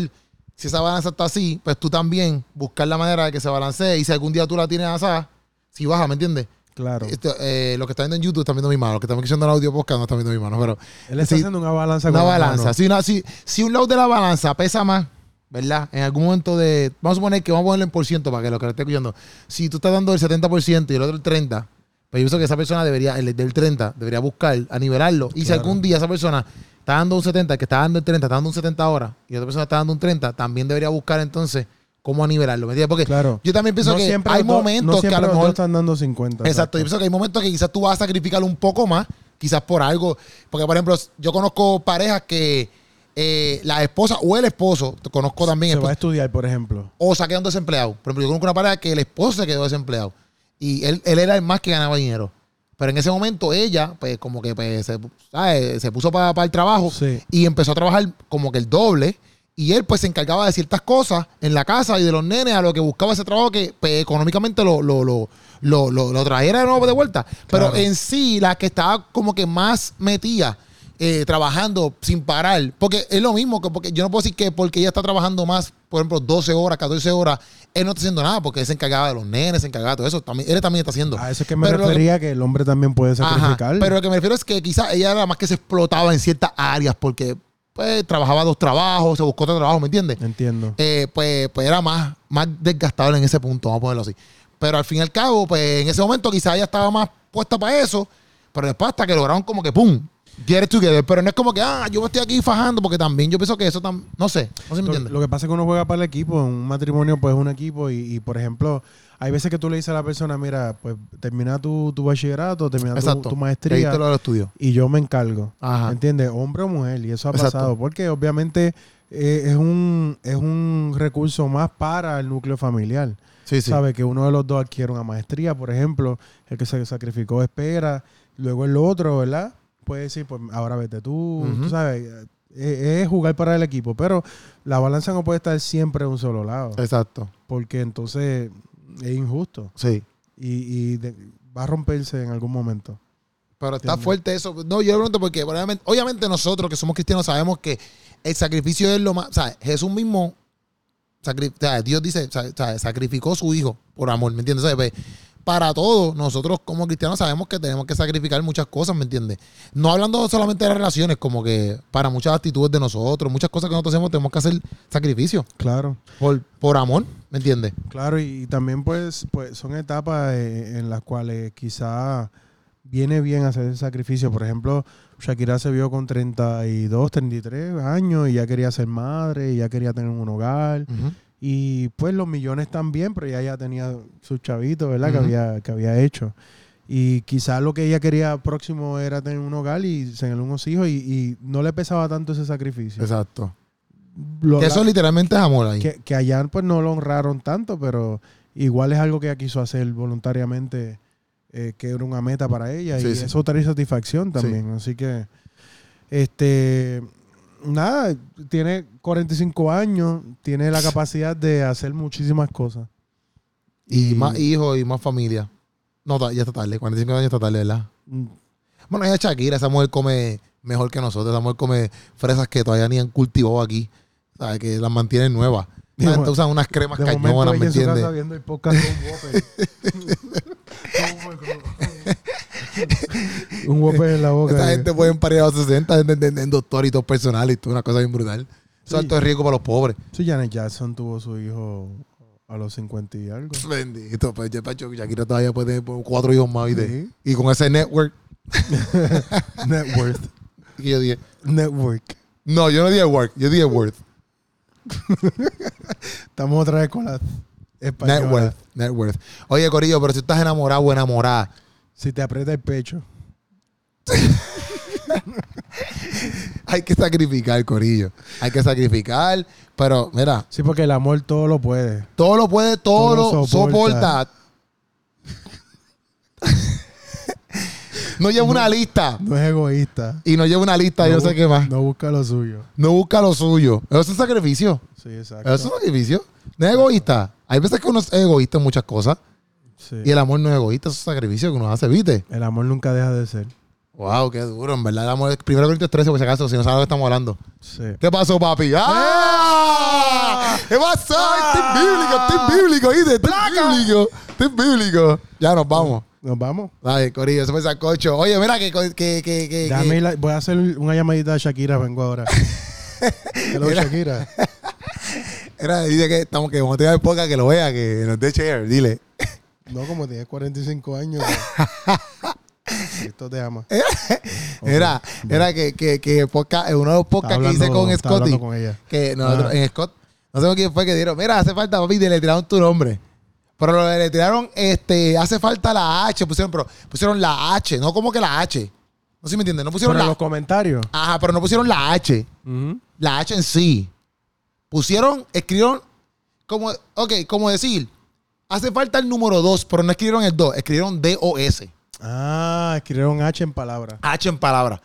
Speaker 1: si esa balanza está así, pues tú también buscar la manera de que se balancee. Y si algún día tú la tienes asada, si baja, ¿me entiendes?
Speaker 2: Claro.
Speaker 1: Esto, eh, los que están viendo en YouTube están viendo mi mano. Los que están escuchando en audio podcast no están viendo mi mano. Pero
Speaker 2: Él está
Speaker 1: sí.
Speaker 2: haciendo una balanza
Speaker 1: una
Speaker 2: con las
Speaker 1: balanza.
Speaker 2: manos.
Speaker 1: Si, una- si, si un lado de la balanza pesa más, ¿verdad? En algún momento de. Vamos a suponer que vamos a ponerlo en por ciento para que lo que lo esté escuchando. Si tú estás dando el 70% y el otro el 30%, pues yo pienso que esa persona debería, el del 30, debería buscar a nivelarlo. Y si
Speaker 2: Claro.
Speaker 1: algún día esa persona está dando un 70, el que está dando el 30, está dando un 70 ahora, y la otra persona está dando un 30, también debería buscar entonces cómo anivelarlo. ¿Me entiendes? Porque
Speaker 2: Claro.
Speaker 1: yo también pienso
Speaker 2: No
Speaker 1: que
Speaker 2: siempre
Speaker 1: hay
Speaker 2: los dos- no
Speaker 1: momentos que
Speaker 2: siempre
Speaker 1: a lo
Speaker 2: los dos
Speaker 1: mejor
Speaker 2: están dando 50.
Speaker 1: Exacto, yo pienso que hay momentos que quizás tú vas a sacrificar un poco más, quizás por algo. Porque, por ejemplo, yo conozco parejas que eh, la esposa o el esposo, te conozco también,
Speaker 2: Se va
Speaker 1: esposa,
Speaker 2: a estudiar, por ejemplo.
Speaker 1: o se quedan desempleados. Por ejemplo, yo conozco una pareja que el esposo se quedó desempleado y él, él era el más que ganaba dinero. Pero en ese momento ella, pues como que pues, se, ¿sabes? se puso para el trabajo
Speaker 2: Sí.
Speaker 1: y empezó a trabajar como que el doble. Y él pues se encargaba de ciertas cosas en la casa y de los nenes a lo que buscaba ese trabajo que pues, económicamente lo, lo, lo, lo, lo- lo trajera de nuevo de vuelta. Pero
Speaker 2: Claro.
Speaker 1: en sí, la que estaba como que más metida eh, trabajando sin parar. Porque es lo mismo, que porque yo no puedo decir que porque ella está trabajando más, por ejemplo, 12 horas, 14 horas, él no está haciendo nada porque él se encargaba de los nenes, se encargaba de todo eso. También, él también está haciendo.
Speaker 2: A eso es que me
Speaker 1: Pero lo que-
Speaker 2: refería que el hombre también puede
Speaker 1: Ajá,
Speaker 2: sacrificar.
Speaker 1: Pero lo que me refiero es que quizás ella era más que se explotaba en ciertas áreas porque pues, trabajaba dos trabajos, se buscó otro trabajo, ¿me entiendes?
Speaker 2: Entiendo.
Speaker 1: Eh, pues, pues era más, más desgastable en ese punto, vamos a ponerlo así. Pero al fin y al cabo, pues en ese momento quizás ella estaba más puesta para eso, pero después hasta que lograron como que ¡pum! Get it together. Pero no es como que, ah, yo me estoy aquí fajando, porque también yo pienso que eso tam- No sé, no sé si me
Speaker 2: Lo-
Speaker 1: entiendes.
Speaker 2: Lo que pasa es que uno juega para el equipo, en un matrimonio pues es un equipo y, y, por ejemplo, hay veces que tú le dices a la persona, mira, pues termina tu, tu bachillerato, termina tu,
Speaker 1: Exacto.
Speaker 2: tu
Speaker 1: Que ahí
Speaker 2: maestría
Speaker 1: te lo estudio.
Speaker 2: y yo me encargo.
Speaker 1: Ajá.
Speaker 2: ¿Entiendes? Hombre o mujer, y eso ha
Speaker 1: Exacto.
Speaker 2: pasado, porque obviamente eh, es, un, es un recurso más para el núcleo familiar.
Speaker 1: Sí, sí.
Speaker 2: Sabe que uno de los dos adquiere una maestría, por ejemplo, el que se sacrificó espera, luego el otro, ¿verdad? Puede decir, pues ahora vete tú,
Speaker 1: Ujú.
Speaker 2: tú sabes, eh, es jugar para el equipo, pero la balanza no puede estar siempre en un solo lado,
Speaker 1: Exacto.
Speaker 2: porque entonces es injusto
Speaker 1: Sí.
Speaker 2: y, y de- va a romperse en algún momento.
Speaker 1: Pero está
Speaker 2: Entiendo.
Speaker 1: fuerte eso. No, yo le pregunto porque probablemente- obviamente nosotros que somos cristianos sabemos que el sacrificio es lo más. O sea, Jesús mismo, sacri- o sea, Dios dice, o sea, o sea, sacrificó su hijo por amor, ¿me entiendes? O sea, pues, para todos, nosotros como cristianos sabemos que tenemos que sacrificar muchas cosas, ¿me entiendes? No hablando solamente de las relaciones, como que para muchas actitudes de nosotros, muchas cosas que nosotros hacemos, tenemos que hacer sacrificio
Speaker 2: Claro.
Speaker 1: por, por amor, ¿me entiendes?
Speaker 2: Claro, y, y también pues, pues son etapas eh, en las cuales quizá viene bien hacer el sacrificio. Por ejemplo, Shakira se vio con 32, 33 años y ya quería ser madre, y ya quería tener un hogar. Y pues los millones también, pero ya ya tenía sus chavitos, ¿verdad? que,
Speaker 1: Ujú.
Speaker 2: había, que había hecho. Y quizá lo que ella quería próximo era tener un hogar y tener unos hijos y, y no le pesaba tanto ese sacrificio.
Speaker 1: Exacto.
Speaker 2: Lo-
Speaker 1: Que
Speaker 2: la-
Speaker 1: eso literalmente es amor ahí.
Speaker 2: que, que allá pues no lo honraron tanto, pero igual es algo que ella quiso hacer voluntariamente, eh, que era una meta para ella.
Speaker 1: Sí,
Speaker 2: y
Speaker 1: sí.
Speaker 2: eso trae satisfacción también. Así que, este, nada, tiene 45 años, tiene la capacidad de hacer muchísimas cosas.
Speaker 1: Y,
Speaker 2: Y-
Speaker 1: más hijos y más familia. No, ta- ya está tarde, 45 años está tarde, ¿verdad?
Speaker 2: Mm,
Speaker 1: Bueno, ella es Shakira, esa mujer come mejor que nosotros, esa mujer come fresas que todavía ni han cultivado aquí, ¿sabes? Que las mantienen nuevas.
Speaker 2: De mo-
Speaker 1: Entonces usan unas cremas
Speaker 2: de momento
Speaker 1: cañonas,
Speaker 2: ella
Speaker 1: ¿me
Speaker 2: en su casa
Speaker 1: entiendes?
Speaker 2: viendo el podcast con un Whopper. un Whopper en la boca.
Speaker 1: Esta gente puede parir a los 60 en, en, en doctor y todo personal y todo, una cosa bien brutal. Eso
Speaker 2: Sí.
Speaker 1: alto es riesgo para los pobres.
Speaker 2: Sí, Janet Jackson tuvo su hijo a los 50 y algo.
Speaker 1: Bendito, pues ya Pacho, Shakira todavía puede tener cuatro hijos más ¿viste?
Speaker 2: Sí.
Speaker 1: Y con ese network,
Speaker 2: Net worth.
Speaker 1: y yo dije,
Speaker 2: Network.
Speaker 1: no, yo no dije work, yo dije worth.
Speaker 2: Estamos otra vez con las
Speaker 1: Net worth,
Speaker 2: españolas.
Speaker 1: net worth. Oye, Corillo, pero si estás enamorado o enamorada,
Speaker 2: Si te aprieta el pecho.
Speaker 1: hay que sacrificar, Corillo. Hay que sacrificar, pero mira,
Speaker 2: Sí, porque el amor todo lo puede.
Speaker 1: todo lo puede, todo,
Speaker 2: Todo
Speaker 1: lo
Speaker 2: soporta.
Speaker 1: soporta. no lleva una lista.
Speaker 2: No es egoísta.
Speaker 1: Y no lleva una lista, yo
Speaker 2: no
Speaker 1: no sé
Speaker 2: bu-
Speaker 1: qué más. No.
Speaker 2: No busca lo suyo.
Speaker 1: busca lo suyo. Eso es sacrificio.
Speaker 2: Sí, exacto.
Speaker 1: Eso es sacrificio. No es egoísta. Hay veces que uno es egoísta en muchas cosas.
Speaker 2: Sí.
Speaker 1: Y el amor no es egoísta, eso es sacrificio que uno hace, ¿viste?
Speaker 2: El amor nunca deja de ser.
Speaker 1: Wow, qué duro, en verdad. El amor es primero Corintios 13, por si acaso, si no sabes de lo que estamos hablando.
Speaker 2: Sí.
Speaker 1: ¿Qué pasó, papi? ¡Ah! ¿Qué pasó?
Speaker 2: ¡Ah!
Speaker 1: Estoy bíblico, estoy bíblico, ¿viste? Estoy bíblico, estoy bíblico. Ya nos vamos.
Speaker 2: Nos vamos.
Speaker 1: Dale, Corillo, eso fue sacocho. Oye, mira que... que, que, que- que-
Speaker 2: Dame la- voy a hacer una llamadita a Shakira. Vengo ahora. Hello,
Speaker 1: Mira.
Speaker 2: Shakira.
Speaker 1: Era, dice que estamos que como te diga el podcast, que lo vea, que nos dé share, dile.
Speaker 2: No, como tienes 45 años. Esto te ama.
Speaker 1: Era, era que, que, que el podcast, uno de los podcasts que hice con
Speaker 2: está hablando
Speaker 1: Scotty,
Speaker 2: con ella.
Speaker 1: que nosotros,
Speaker 2: Ajá.
Speaker 1: en Scott, no sé quién fue que dieron, mira, hace falta, papi, y le tiraron tu nombre. Pero lo le tiraron, este, hace falta la H, pusieron, pero pusieron la H, no como que la H. No sé si me entiendes, no pusieron
Speaker 2: Pero
Speaker 1: la
Speaker 2: los comentarios.
Speaker 1: Ajá, pero no pusieron la H,
Speaker 2: Ujú.
Speaker 1: la H en sí. Pusieron, escribieron, como, ok, como decir, hace falta el número 2, pero no escribieron el 2, escribieron D-O-S.
Speaker 2: Ah, escribieron H en palabra.
Speaker 1: H en palabra.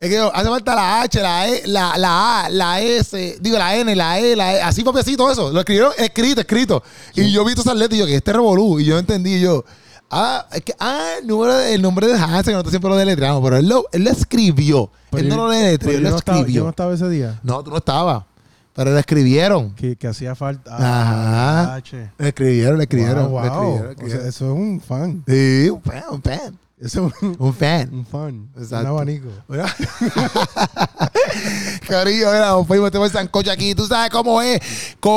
Speaker 1: Es que hace falta la H, la E, la, la A, la S, digo la N, la E, la E, así papi, así todo eso. Lo escribieron escrito, escrito. Y yo vi todas esas letras y yo, que este revolú. Y yo entendí, y yo, ah, es que, ah, el, número de- el nombre de Hansen, que nosotros siempre lo deletreamos, pero él lo, él lo escribió.
Speaker 2: Pero
Speaker 1: él no
Speaker 2: yo-
Speaker 1: lo
Speaker 2: pero
Speaker 1: deletreó, él
Speaker 2: yo
Speaker 1: lo
Speaker 2: no estaba- yo no
Speaker 1: escribió.
Speaker 2: estaba ese día.
Speaker 1: No, tú no estabas, pero lo escribieron.
Speaker 2: Que, que hacía falta.
Speaker 1: Ajá.
Speaker 2: H.
Speaker 1: Lo escribieron, lo Ah. escribieron,
Speaker 2: Ah, Wow,
Speaker 1: lo
Speaker 2: wow.
Speaker 1: escribieron. lo
Speaker 2: O sea,
Speaker 1: escribieron.
Speaker 2: eso es un fan.
Speaker 1: sí, un fan, un fan,
Speaker 2: Eso es un,
Speaker 1: un fan.
Speaker 2: un fan.
Speaker 1: Exacto.
Speaker 2: Un abanico.
Speaker 1: Mira. Corillo, mira, nos fuimos, tenemos el sancocho aquí. Tú sabes cómo es. Con...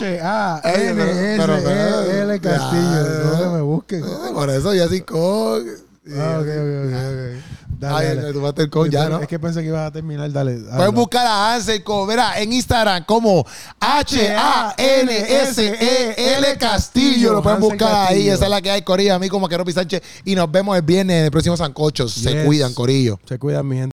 Speaker 2: H, A,
Speaker 1: Ey,
Speaker 2: N,
Speaker 1: Oh. pero-
Speaker 2: S,
Speaker 1: pero-
Speaker 2: E, L,
Speaker 1: pero-
Speaker 2: Castillo. No
Speaker 1: Ya.
Speaker 2: se me busquen.
Speaker 1: Por eso ya sin con...
Speaker 2: Ah, ok, ok, ok, ok. Dale,
Speaker 1: Ay,
Speaker 2: dale.
Speaker 1: tú vas a con ya, ¿no?
Speaker 2: Es que pensé que ibas a terminar. Dale.
Speaker 1: Puedes
Speaker 2: hazlo.
Speaker 1: buscar a Ansel con, mira, en Instagram como H-A-N-S-E-L E Castillo. Lo pueden
Speaker 2: Hansel
Speaker 1: buscar ahí.
Speaker 2: Castillo.
Speaker 1: Esa es la que hay, Corillo. A mí como Queropi Sánchez. Y nos vemos el viernes en el próximo Sancocho. Se
Speaker 2: Yes.
Speaker 1: cuidan, Corillo.
Speaker 2: Se cuidan, mi gente.